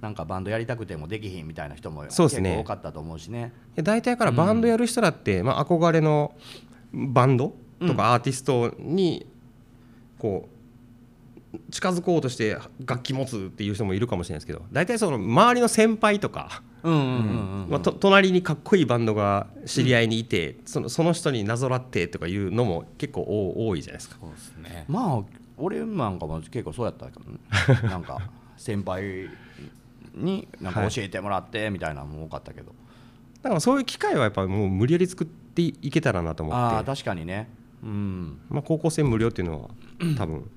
なんかバンドやりたくてもできひんみたいな人も結
そう
構
ですね
多かったと思うしね
で大体からバンドやる人だって、まあ、憧れのバンドとかアーティストにこう近づこうとして楽器持つっていう人もいるかもしれないですけど大体その周りの先輩とか、
うんうんうんうん
まあ、と隣にかっこいいバンドが知り合いにいて、そのその人になぞらってとかいうのも結構お多いじゃないですか。
そうですね
まあ俺なんかも結構そうやったけ どねなんか先輩になんか教えてもらってみたいなのも多かったけど、
だからそういう機会はやっぱもう無理やり作っていけたらなと思って
ああ確かにねうん
まあ、高校生無料っていうのは多分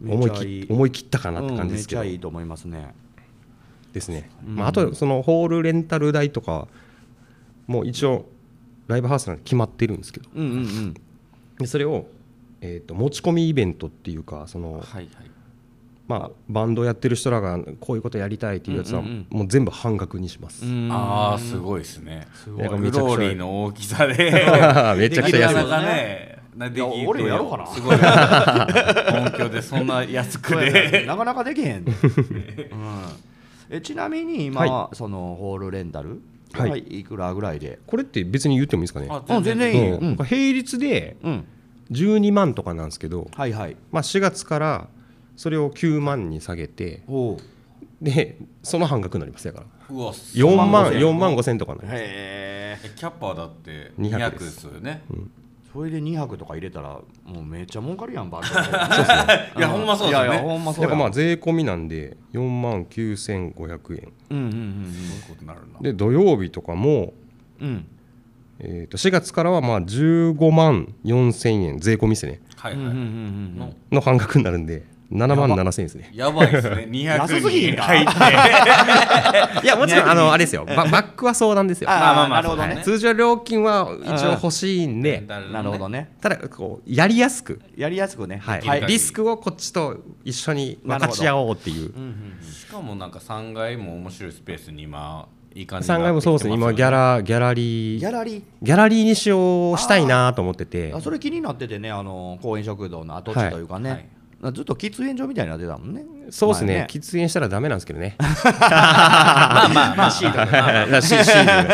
め
思
っ
い
ちゃい
切
い
っ思い切ったかなって感じですけど、
うんめっちゃいいと思いますね
ですね、まあ、あとそのホールレンタル代とかもう一応ライブハウスなんて決まってるんですけど
うんうんうん
でそれを、えー、と持ち込みイベントっていうかそ
は
の、
いはい
まあ、バンドやってる人らがこういうことやりたいっていうやつは
うんうん
もう全部半額にします、
ああすごいですねす
ごい
クローリーの大きさで
めちゃくちゃ安
なか
い
なかねなで
い
き
や俺もやろうかな
すご い音響でそんな安く
これ
で
なかなかでき へん、うん、えちなみに今、
は
そのホールレンタル
はい
はいくらぐらいで、
これって別に言ってもいいですかね
あ
うん全然いいよ、う
うん
ん
平率で
うん
12万とかなんですけど、
はいはい
まあ、4月からそれを9万に下げて
おう
でその半額になりますだから
うわ
4万
5,000
4万5千とかな
へえ
えキャッパーだって
200
200
で
ですすよね
それで2泊とか入れたらもうめっちゃ儲かるやんバンド
いやほんまそうですよ
いやいやほ
ね
んまそうや
だからまあ税込みなんで4万9500円
うんうんうん
そういうことになるな
で土曜日とかも、
うんうん
えー、と4月からはまあ15万4000円税込みですね
はい
うん
は
うんうん
い
うん
の
の半額になるんで7万7000円ですね
やばいです ね200
安すぎ
人
んか
入って
いやもちろんあのあれですよババックは相談ですよ
あ
まあまあま
な
あ
るほどね
そうだ
通常料金は一応欲しいんで
なるほどね
ただこうやりやすく、
やりやすくね
はい
はい
リスクをこっちと一緒に分かち合おうっていう
しかもなんか3階も面白いスペースに今いい感じにな
3
って
階もそうですね今ギャ
ラ
ラギャラリー
ギャラリ
ギャラリーにしようしたいなと思ってて
ーあそれ気になっててねあの公園食堂の跡地というかね、
はい
ずっと喫煙所みたいになってたもんね
そうですね
前
喫煙したらダメなんですけどね
まあまあまあシート
らしいし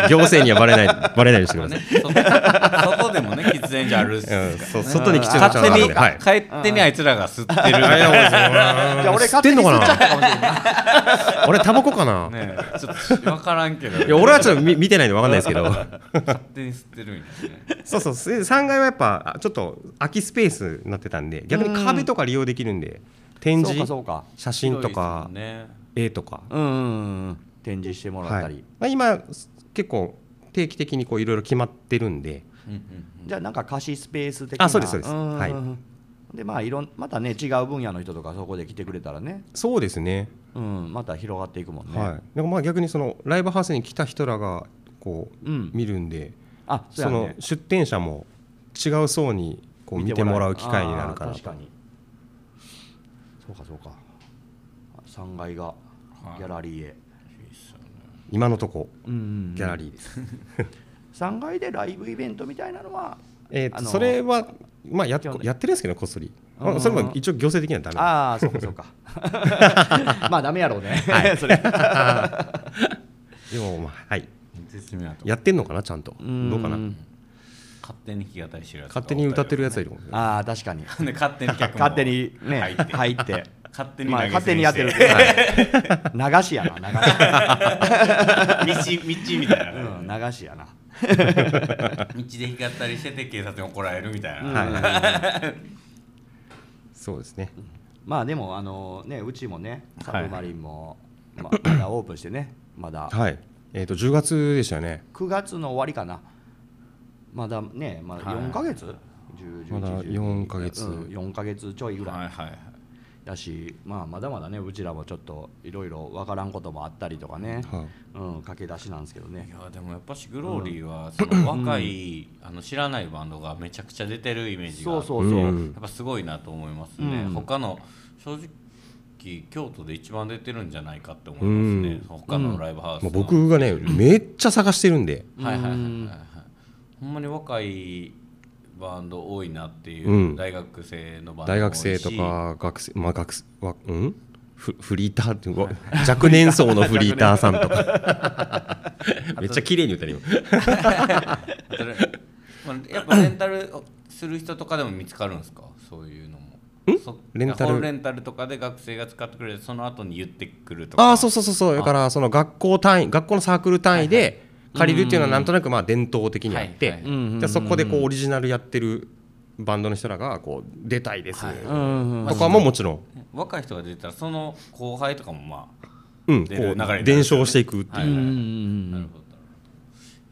行政にはバレないバレないようにしてくださ
ね
い
外でもね喫煙所あるっす
うんそう外に喫煙しちゃ
勝
ダ
手
メ
に
ではい
勝手にあいつらが吸ってる
じゃあ俺
吸っ
勝
て
手
ん
に
の
吸っ
かな
ちゃったかもしれない
俺タバコかな
ねちょっと分からんけど
いや俺はちょっと見見てないんで分かんないですけど
勝手に吸ってるんやね
そうそう3階はやっぱちょっと空きスペースになってたんで逆に壁とか利用できるんで展
そうか
示
そうか
写真と
広いですも
か
んね
絵とか
うんうんうん展示してもらった
は
り、
いまあ今結構定期的にこういろいろ決まってるんで
うんうん
じゃあなんか貸しスペース的な
あそうですそうです
んうんうん
はい
でまあいろんまたね違う分野の人とかそこで来てくれたらね、
そうですね
うん、また広がっていくもんね、
はい、でもまあ逆にそのライブハウスに来た人らがこう
うん
見るんで、
あそう
そ
やね
の出店者も違う層にこう見てもらう機会になるか
あ
ら
ー確かにそうかそうか3階がギャラリーへ、
今のとこ
うんうん
ギャラリーです、
3階でライブイベントみたいなのは
えーと
あの
それはまあやっ
基本的
やってるんですけどこっそり、
うんう
ま
んうん
あ、それも一応行政的にはダメ
ああそうかそうか まあダメやろうね、 それ
でもまあはい
絶妙なとこ
やってんのかなちゃんとどうかな
勝手に弾き語りしてるやつ
勝手に歌ってるやつがいるもんね
ああ確かに
つ で勝手に客も
勝手にね
入って
入って
勝手に
まあ
投げ
勝手
銭
にやってる
して
はい 流しやな流し
道道みたいな、
うん流しやな
道で弾き語りしてて警察に怒られるみたいな、
うん
そうですね
まあでもあのねうちもねサブマリンも、まあ、まだオープンしてねまだ
はいえっ、と10月でしたよね
9月の終わりかなまだねまだ
はい
4ヶ月、10 11
まだ4ヶ月
うん、4ヶ月ちょいぐらい、
はいはいはい
だし、まあ、まだまだねうちらもちょっといろいろ分からんこともあったりとかね、
は
うん、駆け出しなんですけど
い
ね
やでもやっぱしグローリーはその若い、あの知らないバンドがめちゃくちゃ出てるイメージが
そうそうそう、
う
や
ん
っぱすごいなと思いますね、
うん
他の正直京都で一番出てるんじゃないかって思いますね、
うん
他のライブハウス
も
の、
う僕がねめっちゃ探してるんで
はいはいはいはい、
うん
はい、ほんまに若いバンド多いなっていう、
うん
大学生のバンドも多い
大
し
学生とか学生まあ学生わうんフフリーターってわ若年層のフリーターさんとかめっちゃ綺麗に歌ね今
あとねまあやっぱレンタルする人とかでも見つかるんですかそういうのもそ
レンタル
本レンタルとかで学生が使ってくれてその後に言ってくるとか
ああそうそうそうそうだからその学校単位学校のサークル単位で借りるっていうのはなんとなくまあ伝統的にあっ
は
て
い
はいうんうんうん
でそこでこうオリジナルやってるバンドの人らがこう出たいです
はい
うんうん
とかももちろん
若い人が出てたらその後輩とかもまあ
うんこ
出る流れになるんですよね
う伝承していくって
はいいうはい、
うん
なるほどなるほど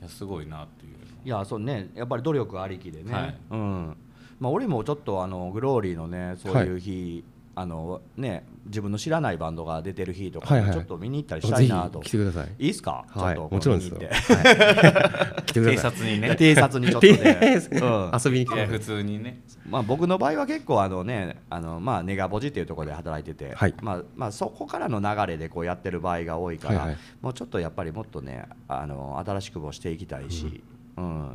いやすごいなっていう
いやそうねやっぱり努力ありきでね、
はい
うんまあ、俺もちょっとあのグローリーのねそういう日、あのね、自分の知らないバンドが出てる日とか
はい
に
はい
ちょっと見に行ったりしたいなと、
ぜ
い
ひ来てください
い、ですか、
はい
ちょっと
もちろんですよ
見に行って
はい来てく
警
ださい
察に ね
偵察にちょっと ね、うん
遊びに来
い
て
や
く
普
だ
通にね
まあ、僕の場合は結構あの、ねあのまあ、ネガポジっていうところで働いてて、
はい
まあまあ、そこからの流れでこうやってる場合が多いから、
はいはい
もうちょっとやっぱりもっとねあの新しくもしていきたいし、うん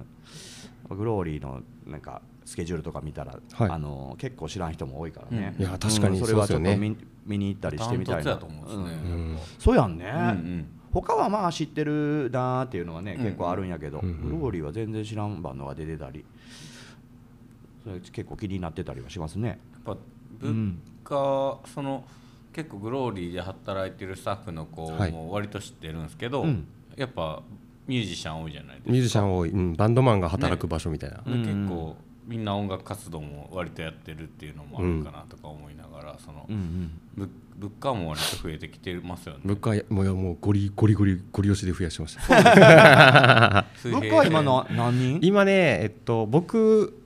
グローリーのなんかスケジュールとか見たら、
はい
あの結構知らん人も多いからね、
うん
いや確かに
それはちょっ
そ
と
うですよね
見見に行ったりしてみたいな
ダントツやと思うんですね、
うん
うん
そうやんね、
うんうん
他はまあ知ってるなーっていうのはね、
うん
結構あるんやけど、
うんうん
グローリーは全然知らんバンドが出てたりそれ結構気になってたりはしますね
やっぱ物価、その結構グローリーで働いてるスタッフの子
はい
も割と知ってるんですけど、
うん
やっぱミュージシャン多いじゃないですか
ミュージシャン多いうんバンドマンが働く場所みたいな
で結構みんな音楽活動も割とやってるっていうのもあるかなとか思いながら、その、ぶ物価も割と増えてきてますよね
僕はもうもうゴリゴリゴリゴリ押しで増やしました
水平
僕は今の何人
今ねえっと僕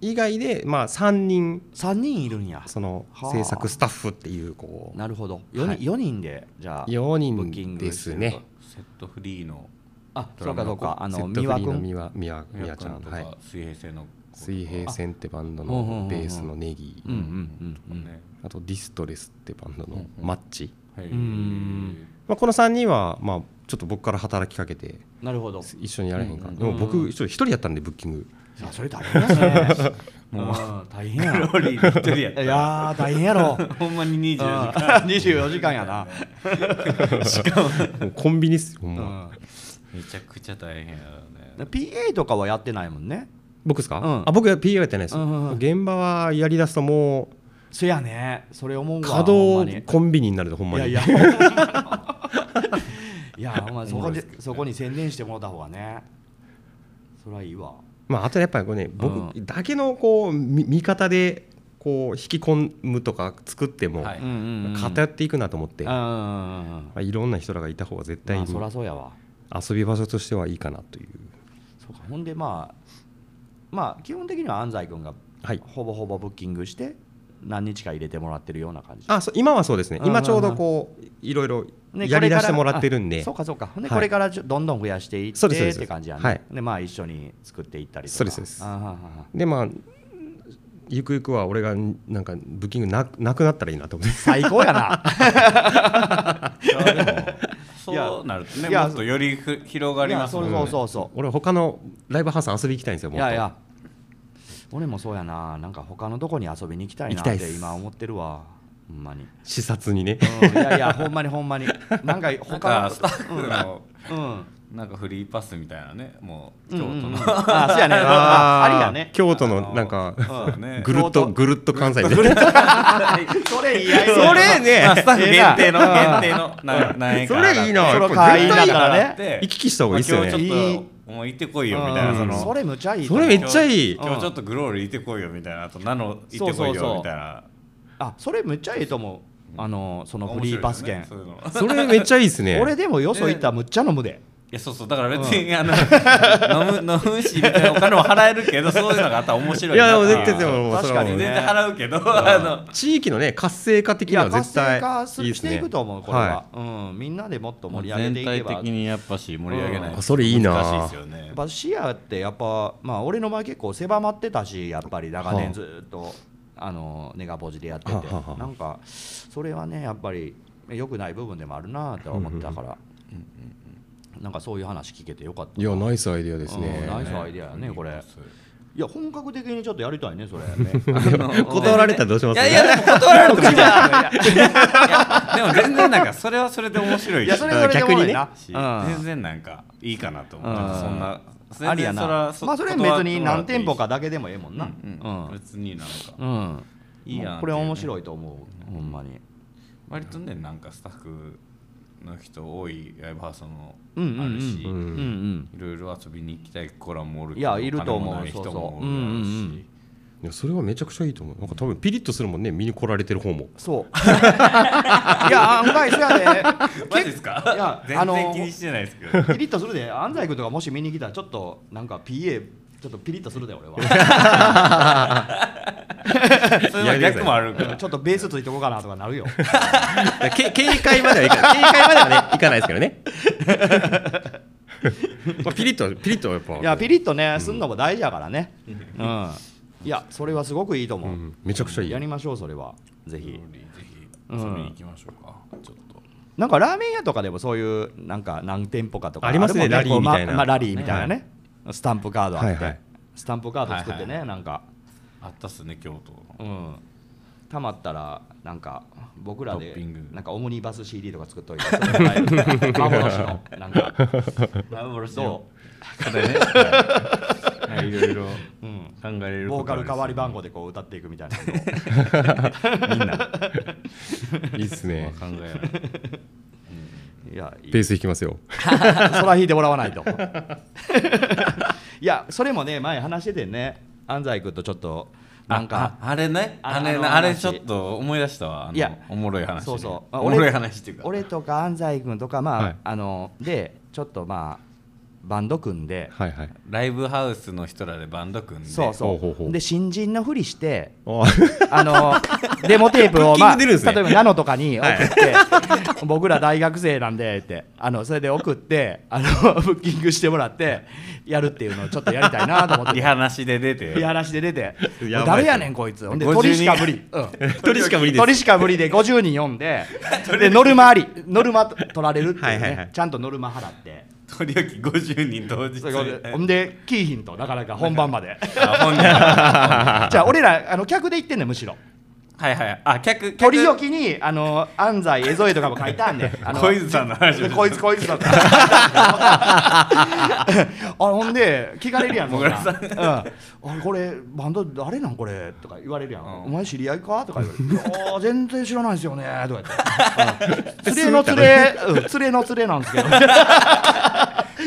以外でまあ3人
?3 人いるんや
その
はあ
制作スタッフっていうこう
なるほど 4, 人
はい
四人でじゃあ
4
ブッキン
人
グ
ですす
る
ね
セットフリーの
あそうかそうかあ
セ
の
ット
三
フ
輪
リー
く
の
ん
みわみわみ
宮
わち
ち
ゃ
ゃ
ん
んと
は
か
い
水平性の子とか
水平線ってバンド
あほうほうほうほ
の
う
ベースのネギ
うんうん
とかね、
あとディストレスってバンド
うん
の
うん
マッチ
はい
ん
まあこの3人はまあちょっと僕から働きかけて
なるほど
一緒にやらへんか
うん
でも僕一人やったんでブッキング
いやそれ大変やねうん大変や
グロ
ろ
ーリー一人やった
い
ら
やー大変やろ
ほんまに24時間
24時間やな、
もうコンビニっすよほん
う
ま
ん、
めちゃくちゃ大変やね
PA とかはやってないもんね
僕ですか、
うん
あ僕は PA はやってないです、
うんうんうん
現場はやりだすとも
そやねそれ思う
う
わ
稼
ほんま
働
に
コンビニになるでほんまに
いやいや いやほんまそこでそこに専念してもらった方がねそりゃいいわ
まあ、あとやっぱりこうね僕
う
だけのこうみ見方でこう引き込むとか作っても
はい
偏っていくなと思って、
うんうんうんうん
まあ、いろんな人らがいた方が絶対
ま
に
あそりゃそうやわ
遊び場所としてはいいかなという
そうかほんでまあまあ基本的には安西君が
はい
ほぼほぼブッキングして何日か入れてもらってるような感じ
あそう今はそうですね
うん
今ちょうどこういろいろ
ね
やりだして
こ
も
れから
ってるんで
あそうかそうかほんで
はい
これからちょどんどん増やしていって
そうですそうです
って感じやね、
はい
でまあ一緒に作っていったりとか
そうですそうです
あははは
でまあゆくゆくは俺がなんかブッキングななくなったらいいなと思 って
最高や ない
いやでも
や
そうなるとね
いや
もっとよりふ広がりますもんね
いやそうそうそうそう
俺他のライブハウス遊び行きたいんですよも
い
っと
やいや俺もそうやななんか他のとこに遊びに行きたいな
行
っ
きたいってす
今思ってるわほんまに、
視察にね
うん、いやいやほんまにほんまになんか
なん
他
か
の
スタッフの
うん
なんかフリーパスみたいなねもう
う
京
ん
都
うんうん
の
あそうやね あありやね
京都のなんか
そうだね
ぐるっ
京
と
都
ぐるっと関西みたいな
それいい や
それね
まあスタッフ限定の
ええな
限定のな何円か
それいいな
その
これ
会員だ
絶対いい
か
な
らね
で
行き来した方がいいっすよね
まあ今日ちょっともう行ってこいよみたいなそ
うん
の
それむちゃいいと
そ
思う
れめっちゃいい
今日今日ちょっとグロール行ってこいよみたいなあとナノ行ってこいよみたいな
あそれめっちゃいいと思うあのそのフリーパス券、
面白いよねそういうの
それめっちゃいいっすね
俺でもよそ行ったらむっちゃ飲むで、
いやそうそうだから別に、あの飲む 飲むしみたいなお金も払えるけどそういうのがあったら面白い
いやで
な
も絶
あ
対
ー
でももうそれはもう
確
全
かにね
然払うけど、あの
地域のね活性化的
い
に
や
は
活
絶
性
対
化
いいっ
し
す
てい
ね
くと思うこれは、うん、みんなでもっと盛り上げていけば
にやっぱし盛
り上げない
とそれいいな
難しいですよね
やっぱ視野ってやっぱまあ俺の場合結構狭まってたしやっぱり長
は
年
あ
ずっとあのネガポジでやってて
はあはあはあ
なんかそれはねやっぱり良くない部分でもあるなとは思ってたからなんかそういう話聞けてよかった
いやナイスアイデアです
うん
ね
ナイスアイデアやねこれいや本格的にちょっとやりたいねそれ
断られたらどうしま
い
す
やいやでも断られてもいいじゃんいやでも全然なんかそれはそれで面白いし
いやそれはそれで
逆にね
おもろ
し
いなうん
全然なんかいいかなと思
うん
うそんな全然
ありやなまあ
そ
それは別に何店舗かだけでもええもんな
うん別になんか
うんうん
いいやんっていうね
これ面白いと思うほんまに
割とねなんかスタッフの人多いライブハウスも
うんうんうん
あるし
う
うん
うん
いろいろ遊びに行きたい子らもおる
いやいると思う
お金もない人もお
そうそううんうんうん
るし
いやそれはめちゃくちゃいいと思うなんか多分ピリッとするもんね見に来られてる方も
そう いや案外そやで
マジですか
いやあ
全
の
然気にしてな いですけど
ピリッとするで安西君とかもし見に来たらちょっとなんか PA ちょっとピリッとするで俺は
そういうのは逆もあるから
ちょっとベースついてこうかなとかなる よ
け警戒まではいかない警戒まではねいかないですけど ねまあピリッとはピリッとはやっぱ
いやピリッとねすんのも大事やからねうんいやそれはすごくいいと思う、
うんめちゃくちゃいい
やりましょうそれはぜひ
ぜひ遊びに行きましょうかちょっと
なんかラーメン屋とかでもそういうなんか何店舗かとか
ありますね
るもん
ラリーみた
こ
いな
うままあラリーみたいなね、スタンプカードあって、
はいはい
スタンプカード作ってね、なんか
あったっすね京都の
うんたまったらなんか僕ら
ト
で
ッピング
なんかオムニバス CD とか作っといてそれもらえる幻のなんか
幻
ど
課題ねはいいろいろ
う、うん、
考えれる
ボーカル代わり番
号
号でこう歌っていくみたいなのを
いいっす
考え
ね
ない
いやいい
ベース弾きますよ
そら引いてもらわないといやそれもね前話しててね安西君とちょっとなんか
ああれね
あ
あれ
あ
ね
の
あれ
話
ちょっと思い出したわあの
いや
おもろい話ね
そうそうあ
おもろい話っていうか
俺とか安西君とかまあ、
はい
あのでちょっとまあバンド組んで、
はいはい
ライブハウスの人らでバンド組んで
そうそう
ほうほうほう
で新人のふりして
あ ー
あのデモテープを、
クッキング
まあ、
出るんすね
例えばナノとかに送って、 僕ら大学生なんでってあのそれで送ってあの ブッキングしてもらってやるっていうのをちょっとやりたいなと思って
リハなしで出て
いやらしで出て
やばい
誰やねんこいつほんで
50
鳥しか無理、うん
鳥しか無理です
鳥しか無理で50人読ん ででノルマありノルマ取られるっていう、ね
はいはいはい
ちゃんとノルマ払って
取り置き50人同時
それでほんでキーヒンとなかなか本番まで
あ 本人は
じゃあ俺らあの客で行ってんねんむしろ
いはいあ客客
取り置きにあの安西江添とかも書いた んであの
小泉さんの話
で
を
こいつこいつ だったあほんで聞かれるやん
もぐらさん
そんなんうんあれこれバンド誰なんこれとか言われるやん、
うん
お前知り合いかとか言 われるいやー全然知らないですよねとか 言って、うん連れの連れ、うん、連れの連れなんですけど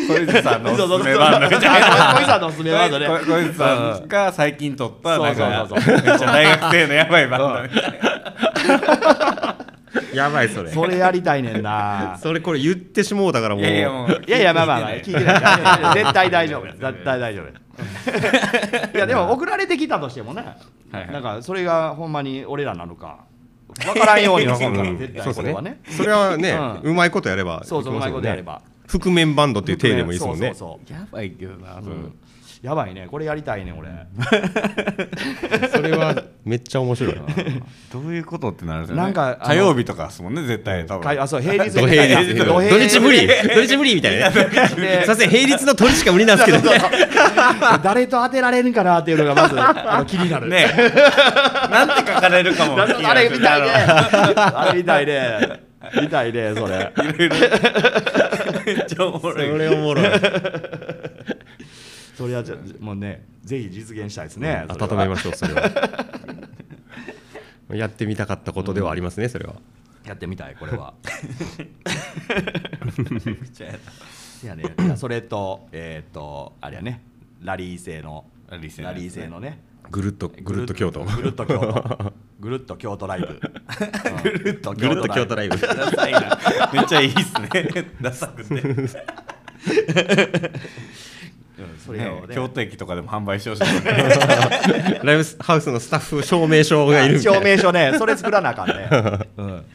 小泉さんの おすすめバンドみたい
小
な
泉さんのおすすめバンドね
小小泉さんが最近撮ったなんか
そ
め
う
っ
そう
ちゃ大学生のやばいバンドみたい
やばいそれ
そ れやりたいねんな
それこれ言ってしもうだからも
な
う
いやいやもう
いやいやまあまあまあ聞いてないから絶対大 丈夫絶対大丈夫 いやでも送られてきたとしてもね、
はいはい
なんかそれがほんまに俺らなのか分からんようにはほんま に絶
そ
対こ
うです
れ
ね
はね
それはね
うん
うまいことやれば
そうそううま
きます
い
も
こと
んね
やれば
覆面バンドっていう体でもいいですもんね
そうそう
やばいけどなそれ
うんやばいねこれやりたいね俺
それはめっちゃ面白い
どういうことってなるんですよね
なんかあの
火曜日とかですもんね絶対多
かい
分
あそう平日
土平日
土
土日無理土日無理みたいなねすいません平日の鳥しか無理なんですけど
誰と当てられるんかなっていうのがまずあの気にな る
ねえなんて書かれるかも気にな
あれ
る
みたいねあれみたいねみたいねそれ
めっちゃおも
そ
ろい
れおもろい
それはじゃもうねぜひ実現したいですねそれは
温めましょうそれは やってみたかったことではありますねそれは
やってみたいこれは
めっちゃやだ
いやねいやそれとえっ、とあれやねラリー製の
ラリー製の
ラ
やつね
リー製のね
ぐるっとぐるっと京都
ぐるっと京 都ぐるっと京都ライブぐるっと
ぐるっと京都ライブ
ダサいなめっちゃいいっす ねダサくて、
それを
ね
ね
京都駅とかでも販売してほしいですね
ライブハウスのスタッフ証明書がいるみたいな
証明書ねそれ作らなあかんね、うん、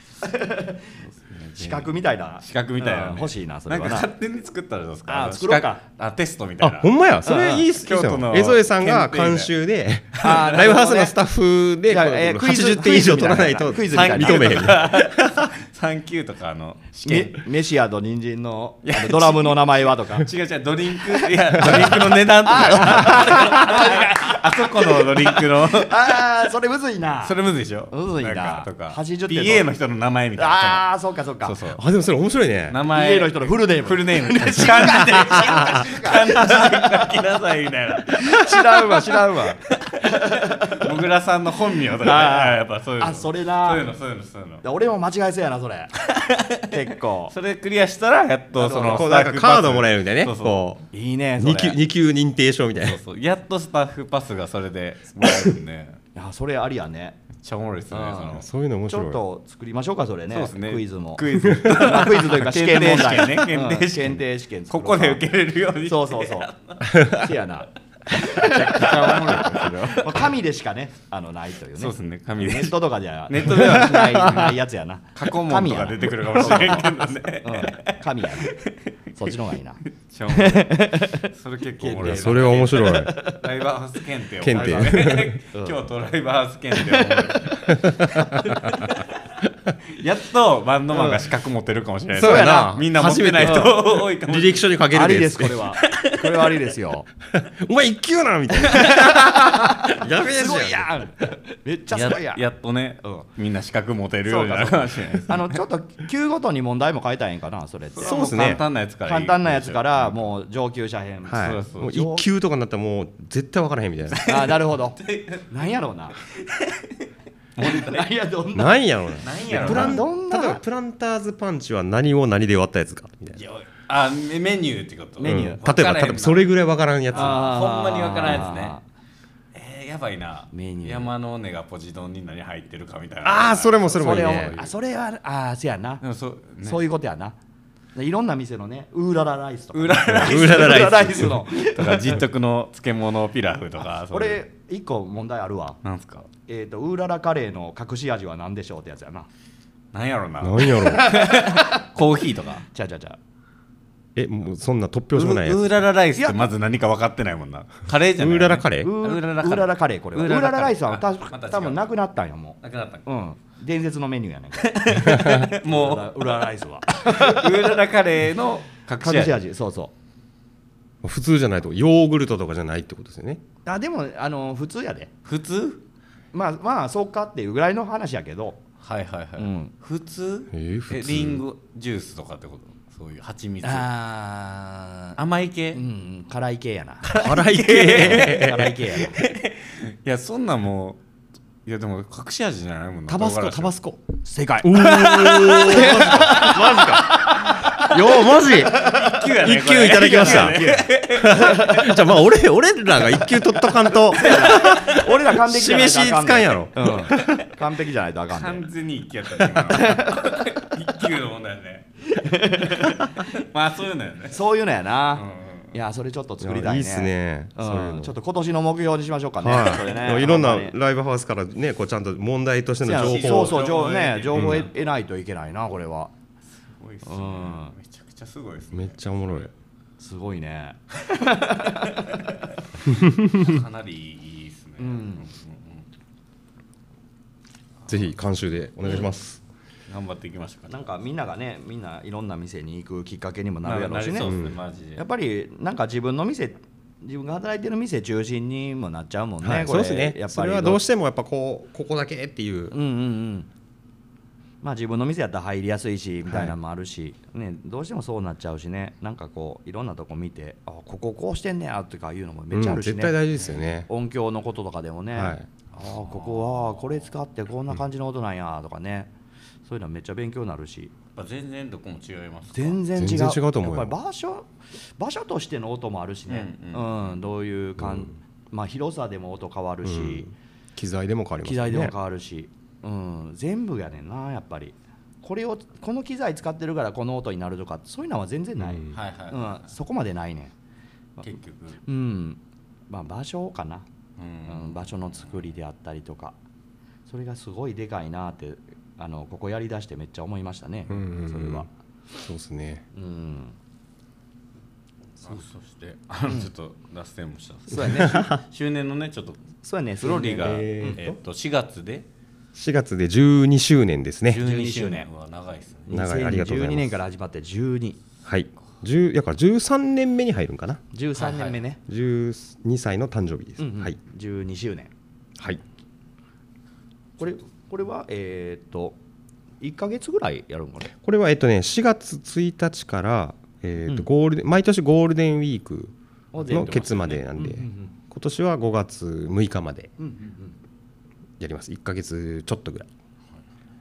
資格みたいな
資格みたいな、
う
ね
ん欲しいなそれは
ん
な
か勝手に作ったらどうです
あ
か
作ろうか
資格あテストみたい
あ
な
ほんまやそ
うん
れいいっすいいっす
京都
よ
の
江添さんが
検定で
監修で
あー
ライブハウスのスタッフで
いやえークイズ
80点以上取らないと
クイズみたいな
認めへん
3級とかあの試
め
験
メシアと人参のあのドラムの名前はとか
違う違うドリンクいやドリンクの値段とか あそこのドリンクの
ああそれむずいな
それむずいでしょ
むずいなん
かとか
80点
PA の人の名前みたいな
ああそうかそうか
そうそう
あでもそれ面白いね
名前
PA の人のフルネーム
フルネーム漢字で書きなさいみたいな
知らんわ知らんわ
もぐらさんの本名とかね
あー
あーやっぱそういうの
あそれな
そういうのそういうのそういうの
俺も間違えそうやなそれ 結構
それクリアしたらやっとその
こうなんか
スタッフパス
カードもらえるみたいなね
そうそう
こ
いいねそ
う
れ
2級二級認定証みたいな
そうそうやっとスタッフパスがそれでもらえるんでめっ
いやそれありやね
ちゃおもろいですね
あー
その
そういうの面
ち
白い
ょっと作りましょうかそれね
そうですね
クイズも
クイズ
まあクイズというか試験問題
検定試験ね検定試験
うん検定試験作
こ
ろう
こで受けれるようにして
そうそうそう せやなまあ紙でしかねあのないというね
そうですね紙で
ネットとかでは
ネットではし
ないないやつやな
過去問とか出てくるかもしれんけどねめっ
うん紙やなそっちの方がいいな
ちゃおもろいそれ結構おもろ
い
い
や
な
それは面白い
ライブハウス検定を
検定
定 京都ライブハウス検定を覚えたやっとバンドマンが資格持てるかもしれない、
そうやな
みんな持ってない人
初
多いかもしれな
履
い
歴書に書け
あ
る
り
で
です
す
これはこれはありですよ
お前一級なみ たいなやべえじゃん
すごいやんめっちゃすごいや
や
ん
やっとね、
うん
みんな資格持てるよ
そうう
にな
かそうか
るかもしれないです
あのちょっと級ごとに問題も変えたいんかなそれって
そうっすね
簡単なやつからい
簡
い
単なやつからもう上級者編
は
そう
い
そう
もう一級とかになったらもう絶対分からへんみたいな
あなるほどなんやろうな何やどんな
なんやろうな
なんやろな
プランどんな
例えばプランターズパンチは何を何で割ったやつかみたいな
あメメニューってこと
メニュー
うん例えば例えばそれぐらい分からんやつ
あ
ほんまにわから
で
ん
す
やつねえー、やばいな
メニュー
山の尾根がポジドンに何入ってるかみたいな
ああそれもそれも
そ
いい
れを
ね
あそれはあせやな
でもそう、ね、
そういうことやな。いろんな店のね、ウーララライスとか。
ウー ララライス
うららら い
ウーラライスの。
とか実徳の漬物ピラフとかそういう
俺、一個問題あるわ。
なんすか
えっ、と、ウーララカレーの隠し味は何でしょうってやつやな。
なんやろな
なんやろう
コーヒーとか
ちゃうちゃうちゃう。
えもうそんな突
ウ
拍子もないやつ
ー
ウ
ララライス
い
っ
や
てまず何か分かってないもんなカレーじゃない
ーララカレ
ウ
ー
ー
ウーララ
ウーララカレーこれは。ウ
ウ
ー
ー
ラ
ララカレー
ラライスはた
あまた違う
多分なくなったんよ、も
なくなった
う。うん。伝説のメニューやねんけど。ウーラ
も
ウーララライ スは。
うウーララカレーの隠し
隠し
味
味、そうそう。
普通じゃないとヨーグルトとかじゃないってことですよね
あでも、あの普通やで。
普通
まあまあ、そうかっていうぐらいの話やけど。
はいはいはい、
うん
普通,、
えー普通
リンゴジュースとかってことそういう蜂蜜
あ
甘い系、
う
い
ん、辛い系やな。
辛い 系
辛い系やな。
やそんなんもういやでも隠し味じゃないもんな
タバス
唐辛
コ
子
タバスコ
正解。
よーマジ
一級やね
一級いただきました
これ一級やね
じゃあまあ俺俺らが一級取っとかん と
俺ら完璧じゃない
示
とあ
し
か
つ
ん
かん
ね
やろ
うん完璧じゃないとあかんね
完全に一級やったね今一級の問題ね まあそういうのよね
そういうのや
う
な、
ん
いやそれちょっと作り
い
た
や
い
い
ね
いっすね
うん
そういうの
ちょっと今年の目標にしましょうかね、それ
はい、
ね
いろんな
ほまに
ライブハウスからねこうちゃんと問題としての
そう
情
や
報
そ
を
うそう情報ね情
情
報
報
を得ないといけないなこれは
すごいっすね
うん
めちゃくちゃすごいっすね
めっちゃおもろい
すごいね
かなりいいですね、
うん
うんうん
ぜひ監修でお願いします、
頑張っていきましょうか
なん
ね
かみんながねみんないろんな店に行くきっかけにもなるやろうしね
なりそうですね、
うん
マジで
やっぱりなんか自分の店自分が働いてる店中心にもなっちゃうもんね、
はい、
こ
そう
れ
ですね
やっ
そ
ぱり
れはどうしてもやっぱこうここだけっていう、
うんうんうんまあ自分の店やったら入りやすいしみたいなのもあるし、ね、どうしてもそうなっちゃうしねなんかこういろんなとこ見てあこここうしてんねやとかいうのもめっちゃあるし
うん
ね、
絶対大事ですよね、
音響のこととかでもね、
はい
ああここはこれ使ってこんな感じの音なんやとかね、そういうのめっちゃ勉強になるし
やっぱ全然どこも違いますか
全然違う
全然違うと思うよ
やっぱり場所場所としての音もあるしね、
う
うんんどういうかん、まあ、広さでも音変わるし、
うん機材でも変わります
機材でも変わるし、うん、全部やねんなやっぱりこれをこの機材使ってるからこの音になるとかそういうのは全然ない、う
うんん
はいはいは
そこまでないね
い、結局、
うんまあ場所かな、
う
うん
ん
場所の作りであったりとかそれがすごいでかいなってあのここやりだしてめっちゃ思いましたね、
うんうんうん
それは、
そうですね
うん、
そうそしてあのちょっと脱線もしたんです
そうやね
けど 周年のねちょっと
そうやね
フロリーが、
えーっと
えーっと4月で
4月で12周年ですね
12周年は長いですね
長いありがとうござ
2012
います
年から始まって1213
はい10やから13年目に入るんかな
年目ね、
12歳の誕生日です、
うんうん
はい
12周年
はい
これこれはえーっと1か月ぐらいやるんかね
これはえっとね4月1日から、えー
う
と
ん
ゴールデン毎年ゴールデンウィーク
を全
の
部
ケツまでなんで、
うんうん
今年は5月6日まで
うんうん
やります1ヶ月ちょっとぐらい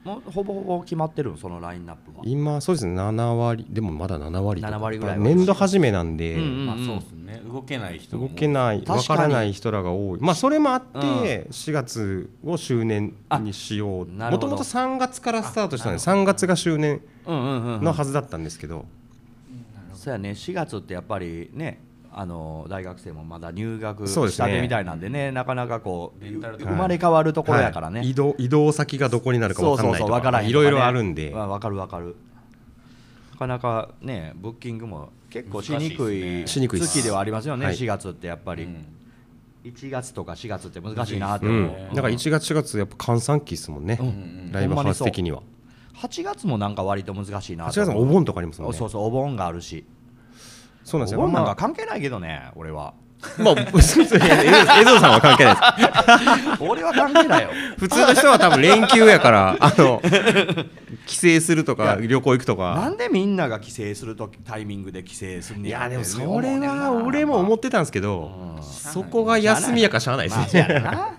うんもうほぼほぼ決まってるんそのラインナップは
今そうですね7割でもまだ7割とか
7割ぐらいは
年度初めなんで、
うんうん
まあそうですね動けない人も
動けない
確かに
わからない人らが多いまあそれもあって4月を周年にしよう
あなるほど
もともと3月からスタートしたので3月が周年
うんうんうんうん
のはずだったんですけど、
そうやね4月ってやっぱりねあの大学生もまだ入学
そうで
し
す
た
ね
てみたいなんでねなかなかこう
レンタルと
生
か
まれ変わるところやからね、
はい移動移動先がどこになるか
そ
わ
う
か
そ
ら
う
ない
そ
と
うわから
か
へん
いろいろあるんで、
わかるわかるなかなかねブッキングも結構しにくい
難
しいっすねしにくいっす
月ではありますよね、
はい
4月ってやっぱ
う
り、
ん
1月とか4月って難しいなって
う
思う、
ん、だから1月4月やっぱ閑散期ですもんね、
ん
ライブハウス的には
8月もなんか割と難しいな
8
と
月
思
も
う
お盆とかありますもんね
そうそうお盆があるし
そうなんです
お
よ
盆なん
ま
か
あ
関係ないけどね俺は
まあ、嘘嘘いや江戸江戸さんは関係ないで
俺は関係ないよ
す。普通の人は多分連休やから、あの、帰省するとか、旅行行くと
な
か。
んでみんなが帰省するときタイミングで帰省するん
い
ね
や、
って
でも
思
そう
ね
れ
んな
は俺も思ってたんですけど、そこが休みやからしゃあないです
まあ
ね。
そうやな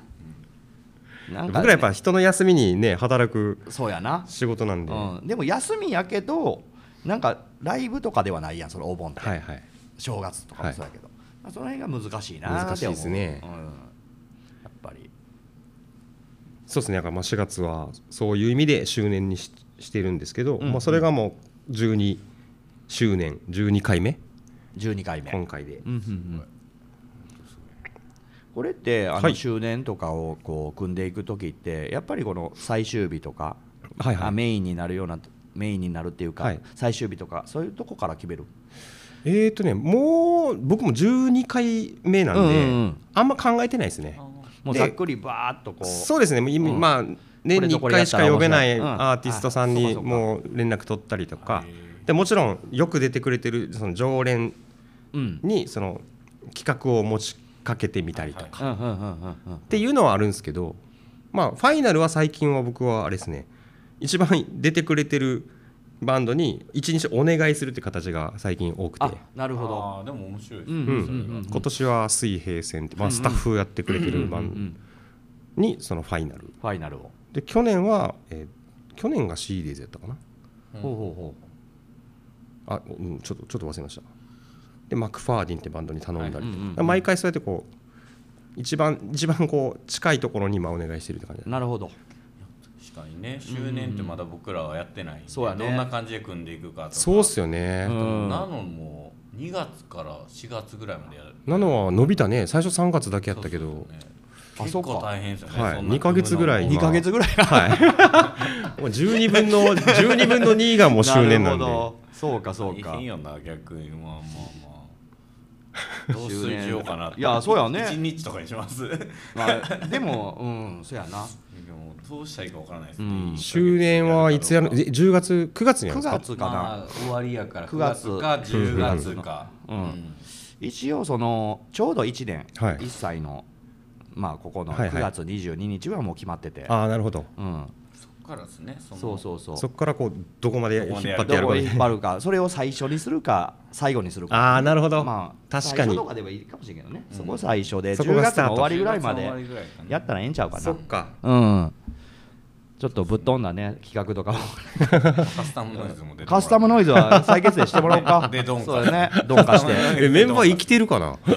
なんかね
僕らやっぱ人の休みにね、働く
そうやな
仕事なんで。は
うん、でも休みやけどなんかライブとかではないやんそのお盆って、
いはい。
正月とかもそうやけど、まあその辺が難しいなって思う
難しいですね
うん、やっぱり
そうですね、だからまあ4月はそういう意味で周年にししてるんですけど、
うん
まあ、それがもう12周年、12回目、
12回目
今回で。
うんうんうんこれってあ
は
の
い
周年とかをこう組んでいく時ってやっぱりこの最終日とか、
はいはい
あメインになるようなメインになるっていうか、
はい
最終日とかそういうとこから決める
えーとね、もう僕も12回目なんで、
うんうんうん
あんま考えてないですね。
もう
で
ざっくりバーっとこう
そうですね、もう今
うん
まあ、年に1回しか呼べない
これとこれやったら面白いうん
アーティストさん
あそ
に
うかそうか
もう連絡取ったりとか
へ、ー
でもちろんよく出てくれてるその常連
うん
にその企画を持ちかけてみたりとか
うん
っ
うんうんうんうん
ていうのはあるんですけど、まあ、ファイナルは最近は僕はあれですね、一番出てくれてるバンドに一日お願いするって形が最近多くて
あ。なるほど
あーでも面白いです
う
ね
ん
それ
う
は
んうん
今年は水平線って、まあ、スタッフやってくれてるバンドにそのファイナル
ファイナルを
で去年は、えー去年がシリーズやったかな
うん
ほうほうほ
あ、うん、ちょっとちょっと忘れましたでマクファーディンってバンドに頼んだりと
は
か
いうんうんうん
だから毎回そうやってこう一番一番こう近いところに今お願いしてるって感じ
うなるほど
確かにね周年ってまだ僕らはやってないんで
そうやね
どんな感じで組んでいくかとか
そうっすよね、
うん
なのも2月から4月ぐらいまでやる
なのは伸びたね最初3月だけやったけど
そうですよね
あそ
結
うか
構大変ですよね
はい
そんな
二ヶ月ぐらい
2
今
か月ぐらいな
はい もう12分の12分の2がもう周年なんで
るほどそうかそう
大
か
変よな逆にまあまあま どうしようかなって
いやそうやね
1日とかにしますで
まあ、でもうんそうやな
もどうしたらいいか分からないですね、
うん
周年はいつやるえ10月9月にや
9
るんですか
月かな、
まあ、終わりやから
9
9
月
月か10月か、
うん一応そのちょうど1年、
はい
1歳のまあここの
はいは
9
い
月22日はもう決まってて、
ああなるほど
うん、
そっからですねその
そうそうそう
そこからこうどこまで引っ張ってや
ど
る
こ
か
引っ張るかそれを最初にするか最後にするか
ああなるほど、
まあ
確か
最初
に
とかでもいいかもしれんけどね、そこ最初で
そ
10
こがス
月
タ
の
ート
終わりぐらいま
10月の終わ
で
りぐらいかな
やったらええんちゃうかな
そっか
うんちょっとぶっ飛んだね企画とかも
カスタムノイズも出てもらって
カスタムノイズは再結成してもらおう か
で鈍化
そうだね鈍化して
えメンバー生きてるかな
え連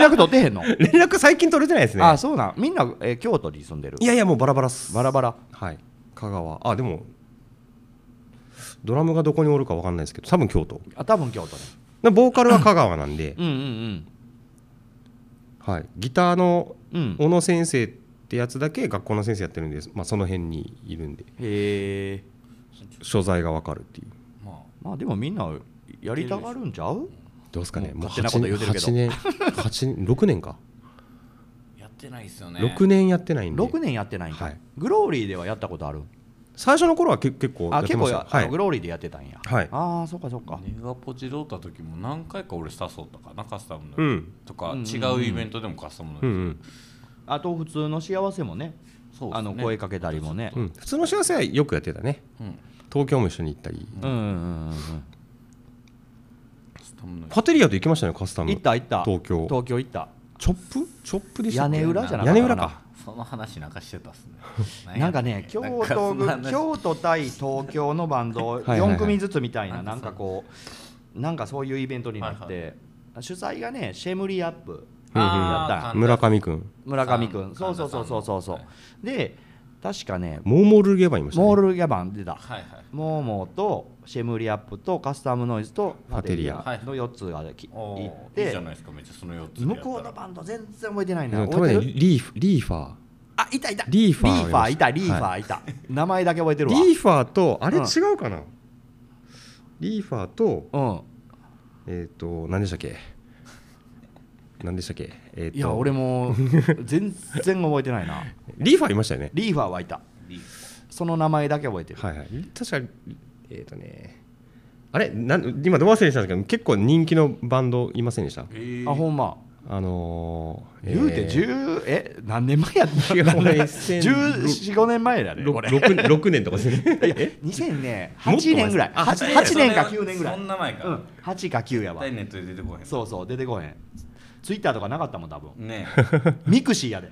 絡取ってへんの
連絡最近取れてないですね
あそうなんみんな、えー京都に住んでる
いやいやもうバラバラっす
バラバラ
はい香川あでもドラムがどこにおるかわかんないですけど多分京都
あ多分京都ね
なボーカルは香川なんで、
うんうん
はい、ギターの
うんうん
小野先生ってやつだけ学校の先生やってるんです、まあ、その辺にいるんで
へえ
所在がわかるっていう
ま
まあでもみんなやりたがるんちゃう
どうですかね
もう
もう
勝手なこと言うてるけど
8年8年6年か、
あやってないですよね
6年やってないんで
6年やってないんか、
はい
グローリーではやったことある
最初の頃はけ結構や
あ
って
結
ま
構
した
や
よ、
あのグローリーでやってたんや、
はい
ああそっかそっか、
ネガポチでおった時も何回か俺誘ったかなカスタムの、
うん
とか、
うん
違うイベントでもカスタムの、
うんうん
あと普通の幸せもね
そうっすね
あの声かけたりもね
うん、普通の幸せはよくやってたね
うん
東京も一緒に行ったり、
うんうんうんうん
カスタムの
パテリアと行きましたねカスタム
行った行った
東京
東京行った
チョップチョップでした
屋
っけ
根裏じゃなかった
屋根裏か
その話なんかしてたっすね
なんかね京
なんかそ
都
んな
ぐ
話
京都対東京のバンド
い はいはい
4組ずつみたいなな
なんんか
かこうなんかそういうイベントになっ
は
て主催がねシェムリアップ
うんうん
あー神田
村上君
村上くん
さ
そうんそうそうそうそうそう
神田
で確かね
モーモルゲバいましたね
モールギャバン出た
はいはい
モーモーとシェムリアップとカスタムノイズと
パテリア
パの4つがき
おー
行っ
いい
て
じゃないですかめっちゃその4つでや
向
ったら
こうのバンド全然覚えてないな
多
覚え
分
て
ね
る
リーフリーファー
あいたいた
リーファー
リーファーいたリーファ
は
ーいた名前だけ覚えてるわ
リーファーとあれ
うん
違うかな、リーファーと
うん
えっ、と何でしたっけ何でしたっけえっ、と
いや俺も全然覚えてないな
リーファーいましたよね
リーファーはいた
リー
その名前だけ覚えてる、
はいはい確かえっ、とねあれなん今ど忘れしたんですけど結構人気のバンドいませんでした
えー
あほんま、
あのー
言うて
え
10え何年前やった
いやもうね
1415年前だねこれ
6, 年とかで すねえ
2008年ぐらい
もっと前です
8
えー
年か9年ぐらい、
そ
うんん、
な前か、
8か9や
絶
わ
対ネットで出てこへん
そうそう出てこへんツイッターとかなかったもん多分
ね
ミクシーやで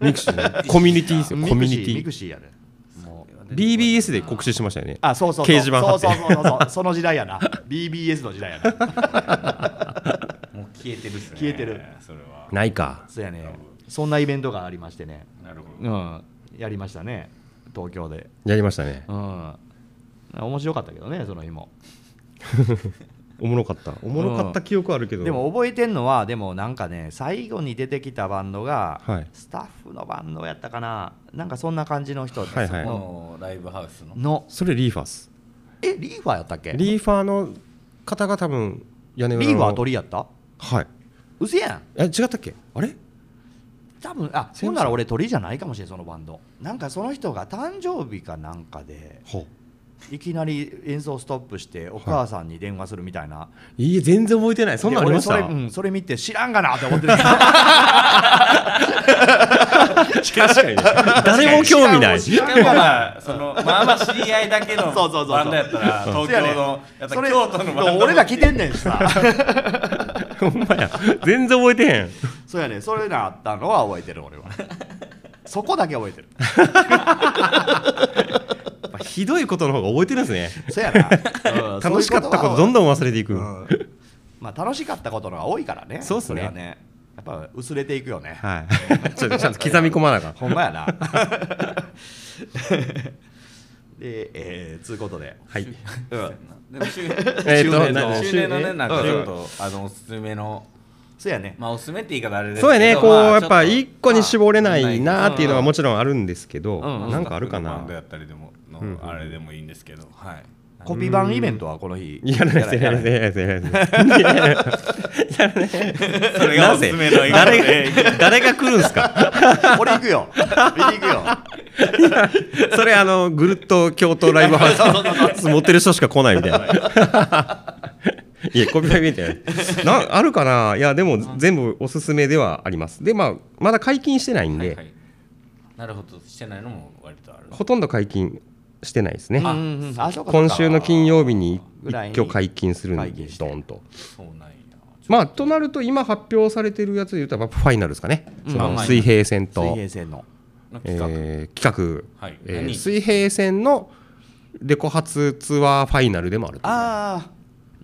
ミクシーコミュニティですよコミュニテ
ミク
ィ
シーやでもう
BBS で告知しましたよね
あそうそうそう
掲示板貼って
そうそうそうそうその時代やな BBS の時代やな
もう消えてるっすね
消えてる
それは
ないか
そうやねそんなイベントがありましてね
なるほど、
うん、やりましたね東京で、
やりましたね
うん、面白かったけどねその日も
おもろかったおもろかった記憶あるけど、
でも覚えてんのはでもなんかね最後に出てきたバンドが、
はい
スタッフのバンドやったかななんかそんな感じの人です、
はいはい
このライブハウスの
の
それリーファース
えリーファーやったっけリ
リーファーの方が多分屋根裏の
ーファー鳥やった
はいう
せやん
え違ったっけあれ
多分あ
すいません
ほんなら俺鳥じゃないかもしれんそのバンドなんかその人が誕生日かなんかで
ほう
いきなり演奏ストップしてお母さんに電話するみたいな、
いいえ全然覚えてないそんなんありました
で俺それ,、うん、それ見て知らんがなって思ってる
確かに誰も興味ない
知らん
で
わ
もまあそのまあまあ知り合いだけの
そうそうそうそう
バンドやったら東
そうやね
京のやっぱ京都のバンド
俺ら来てんねんしさ
ほんまや全然覚えてへん
そうやねそれがあったのは覚えてる俺はそこだけ覚えてる
やっぱひどいことの方が覚えてるんですね
そうや な、うん
楽しかったことどんどん忘れていく、
うんまあ楽しかったことのが多いからね
そうっすね
れはねやっぱ薄れていくよね
はいちょっとちゃんと刻み込まなあかん
ほんまや なでえー、つうことで
はい
うん
でも周
えー
周
と
年
な
の周年のね
周年
なんかちょっとあのおすすめの
そうやね
まあおすすめって言い方あれですけ
そ
ど
うやねこう
まあ
やっぱ一個に絞れな
ちょっ
い
と
なーっていうのはもちろんあるんですけど
うんうん
なんかあるか
バン
な
ドやったりでものあれでもいいんですけどはい
コピー版イベントはこの日
やらないですやらない
や
ですやらないです
それがおすすめの映画
誰
で
が誰が来るんすか
らない俺 行くよ見に行くよ
それあのぐるっと京都ライブハウス持ってる人しか来ないみたいないやコピーライブみたいななあるかないやでも全部おすすめではありますでまあまだ解禁してないんで、
はいはいなるほどしてないのも割とある
ほとんど解禁してないですね
うんうんうんあそうかそうか
今週の金曜日に
ぐらいに
一挙解禁するん
解
で
禁して
ドンと
そうなんや
まあとなると今発表されてるやつで言うとやっぱファイナルですかね、そ
うん
の水平線
水
と、
平線の
の企画、
えー企画、
はい
えー
何
水平線のレコ発ツアーファイナルでもあると
ああ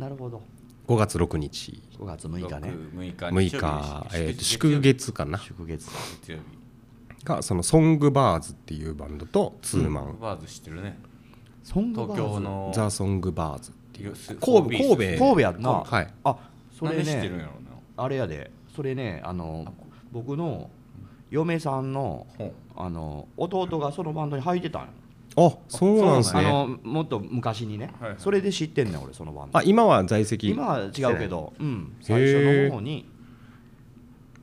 なるほど
5月6日
5月6日ね
6
6
日
日、え
祝
ー
月
祝月かな
祝月
月曜日
がそのソングバーズっていうバンドとツーマン、
バーズ知ってるね
そん
東京の
ザ・ソングバーズっていう
神
神戸神戸
神戸やんな
はい
あそ
なん
れ
で知ってるん
ね
やろうな
あれやでそれねあの僕の嫁さんの
ほう
あの弟がそのバンドに入ってたんよ
あそうなんです
あ
ね
のもっと昔にね
はいはい
それで知ってんねん俺そのバンド
あ今は在籍
今は違うけど、うん、
ー
最初の方に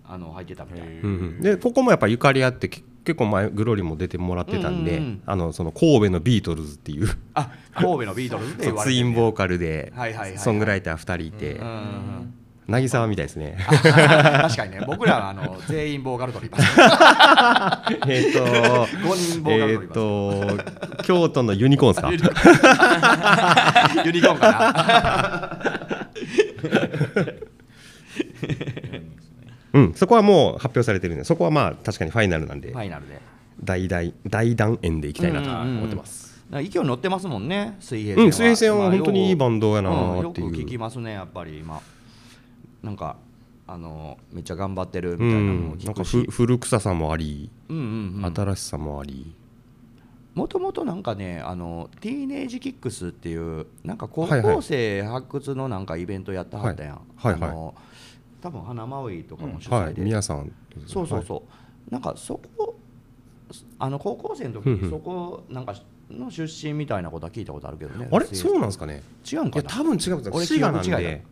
あの入ってたみたいな。
へ
うんう
ー
んでここもやっぱゆかりあってけ結構前グロリも出てもらってたん
うん
で、
うんうん
あのその神戸のビートルズっていう
あ神戸のビートルズって言わ
ツ
れて
イ
る
ンボーカルで
はいはいはいはい
ソングライター2人いて、
うん
渚はみたいで すね
確かにね、僕らはあ の全員ボーカル取ります。5
えっと
人ボーカ
え
ル取ります。
っと京都のユニコーンですか
ユニコーンかな。
うん、そこはもう発表されてるんでそこはまあ確かにファイナルなんで、
ファイナルで。
大大大団円でいきたいなと思ってます、
なんか勢いに乗ってますもんね、水平
う
線
ん
は。
水平線は本当にいいバンドやな
うん
ー
よ
って
く
いう、
聞きますね、やっぱり今。なんか、あのめっちゃ頑張ってるみたいなのを
うん
聞
なんか
く
ふ
し。
古臭さもあり、
うんうんうん
新しさもあり
もともとなんかねあのティーネージキックスっていうなんか高
はいは
校
い
生発掘のなんかイベントやってはったやん、
はいはいはい
あの多分花マウイとかも主
は
催
い
で、
皆さん
そうそうそう、なんかそこあの高校生の時
うんう
に
ん
そこなんかの出身みたいなことは聞いたことあるけどね
あれそうなんですかね
違うん
い
か
や
な
多分違うんです
俺
滋賀なん
記憶違い
で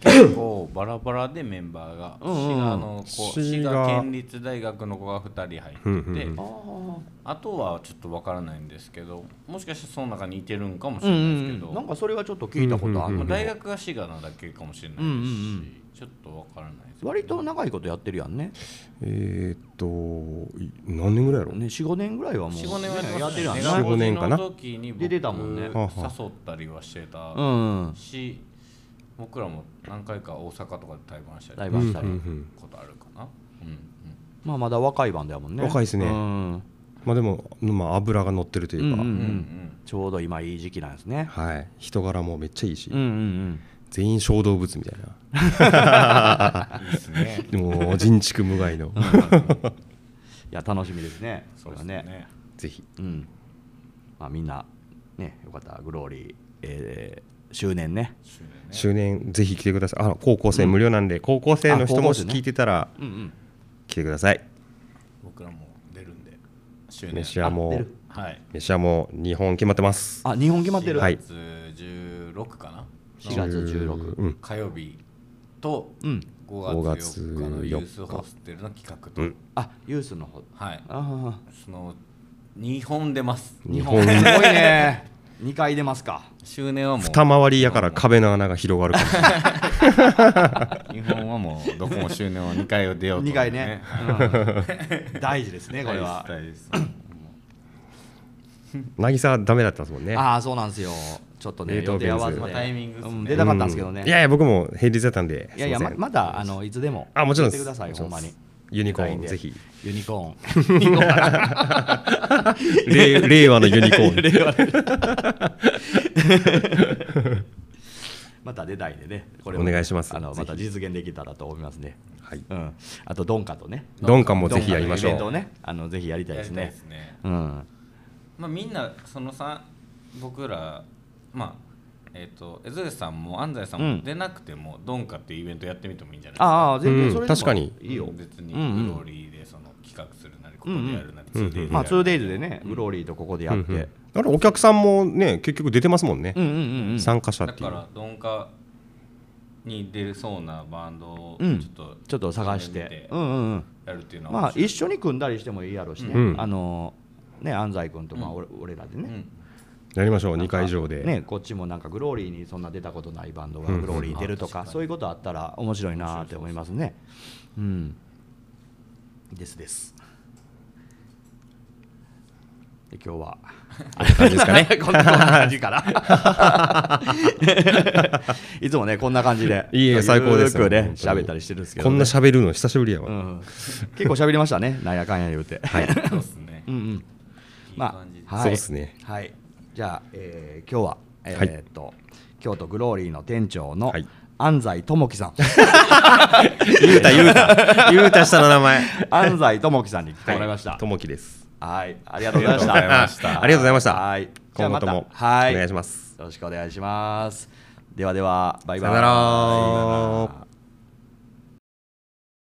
結構バラバラでメンバーが
うんうんうん
滋賀の子
滋
滋
賀
賀県立大学の子が2人入
うん
っ
うん
て
う
て
ん
あ
あとはちょっとわからないんですけどもしかしたらその中にいてるんかも
あ
し
うん
れ
う
ない
ん
です
う
けど
んなんかそれはちょっと聞いたことある、
うんうんうん
まあ大学が滋賀なだけかもしれないですし、
うんうん
ちょっとわからないですけど
割と長いことやってるやんね
えーっとい何年ぐらいやろ
ね45年ぐらいはもう、
45年は
ねやってるやんね
四五年かな
の時に僕
出てたもんね
誘ったりはして
う
た
んうん
し僕らも何回か大阪とかで対バンしたり
ライ
し
ブしたり、
うんうん
たことあるかなうんう
まあまだ若いバンドやもんね
若いっすね
うん
まあでも、まあ、油が乗ってるという
うん
か、
うん
んうんうん
ちょうど今いい時期なんですね。
はい、人柄もめっちゃいいし、
うんうん
全員小動物みたいな
うんいいですね
もう人畜無害の
いや楽しみですね。
そう
れ
で
は
すね
ぜひ
うん。まあみんなねよかったらグローリー、えー、周年ね。
周年ね
周年ぜひ来てくださいあ高校生無料なんで、高校生の人
あ高
も
校
し
生ね
聞いてたら
うんうん。
来てください
僕らも出るんで周年
飯は
あ出
も
る
う
はい
飯はもう日本決まってます
あ日本決まってる。
はい
4月16かな
4月16。
うん
火曜日と
うん。
5月4日
5
の
月
ユースホステルの企画と、
うん
あユースの方。
はい
あ
その2本出ます
あ日
日
本
本
すごいね。 二回出ますか。
周年はもう
二回りやから壁の穴が広がるかもしれない
日本はもうどこも周年は2回を出ようと
二回ね。うん大事ですねこれは。
大事です
渚はダメだったんですもんね
ああそうなんですよ。ちょっとね
冷凍
予
ベ
定
ンズ
合わずで
まあタイミングっすね
うん出たかったんですけどね。
うんいやいや僕も平日だったんで
いやいや
す
ま
ません
まだあのいつでも
あもちろん
言
で
ってくだ
す
さい
もちろ
ほん
ん
まに
ユニコ
い
ー
ん
ン
で
ぜひ
ユニコーンユニコー ンかな
令令和のユニコ ーン
また出たいんでねこを
お願いします
あの
ぜ
ま
ひ
た実現できたらと思いますね
はい
うんあとドンカとね
ドンカもぜひやりましょう
ドンカのイベントをねあのぜひやりたい
や
で
り
す
たい
ね
ですね
うん
まあみんなそのさ僕らまあえっ、と江添さんも安西さん
うん
も出なくても、ドンカっていうイベントやってみてもいいんじゃないですか
ああ全
う
然
ん
それでも
確かに
いいよ
別に
うんうん
グローリーでその企画するなりここでやるなり 2days でやるなり
まあ 2days でねグローリーとここでやっ
うんう
て
んあれお客さんもね結局出てますもんね、
うんうんうんうん
参加者
だ
ってい
か
う
ら鈍化に出るそうなバンドをち
う
ょ
ん
っと
ちょっと探し
見
て
て、
うんうんうん、
やるっていうのは
まあ
面白い
一緒に組んだりしてもいいやろしね、
うん
あのね安西君とまあ俺,、俺らで
う
ね,、
ん
やりましょう2回以上で、
ねこっちもなんかグローリーにそんな出たことないバンドがグローリー出るとか、
うん
そういうことあったら面白いなって思いますねうんですですで今日は
感じですかね
こんな感じから いつもねこんな感じで
いいえ最高です
ゆ
よ
るくね
本当に
喋ったりしてるんですけど
こ
ね、
んな喋るの久しぶりやわ、
うん、結構喋りましたね、なんやかんや言うて。はい、
そうですね
うんうん、ま
感じです
あ、はい、
そうですね。
はい、じゃあ、えー、今日は、えー
はい
えーっと、京都グローリーの店長の
はい
安西智樹さん。
ゆうたゆ うたゆうた下の名前
安西智樹さんに来てもらいました。
ともきです
はい、ありがとうございました。
ありがとうございました
ありがとうございました
はい、じゃあ
今後
ま
と
た、
も
はい、
お願いし
よ
ます
ろしくお願いします。ではでは、バイバイ。
さよなら
さよなら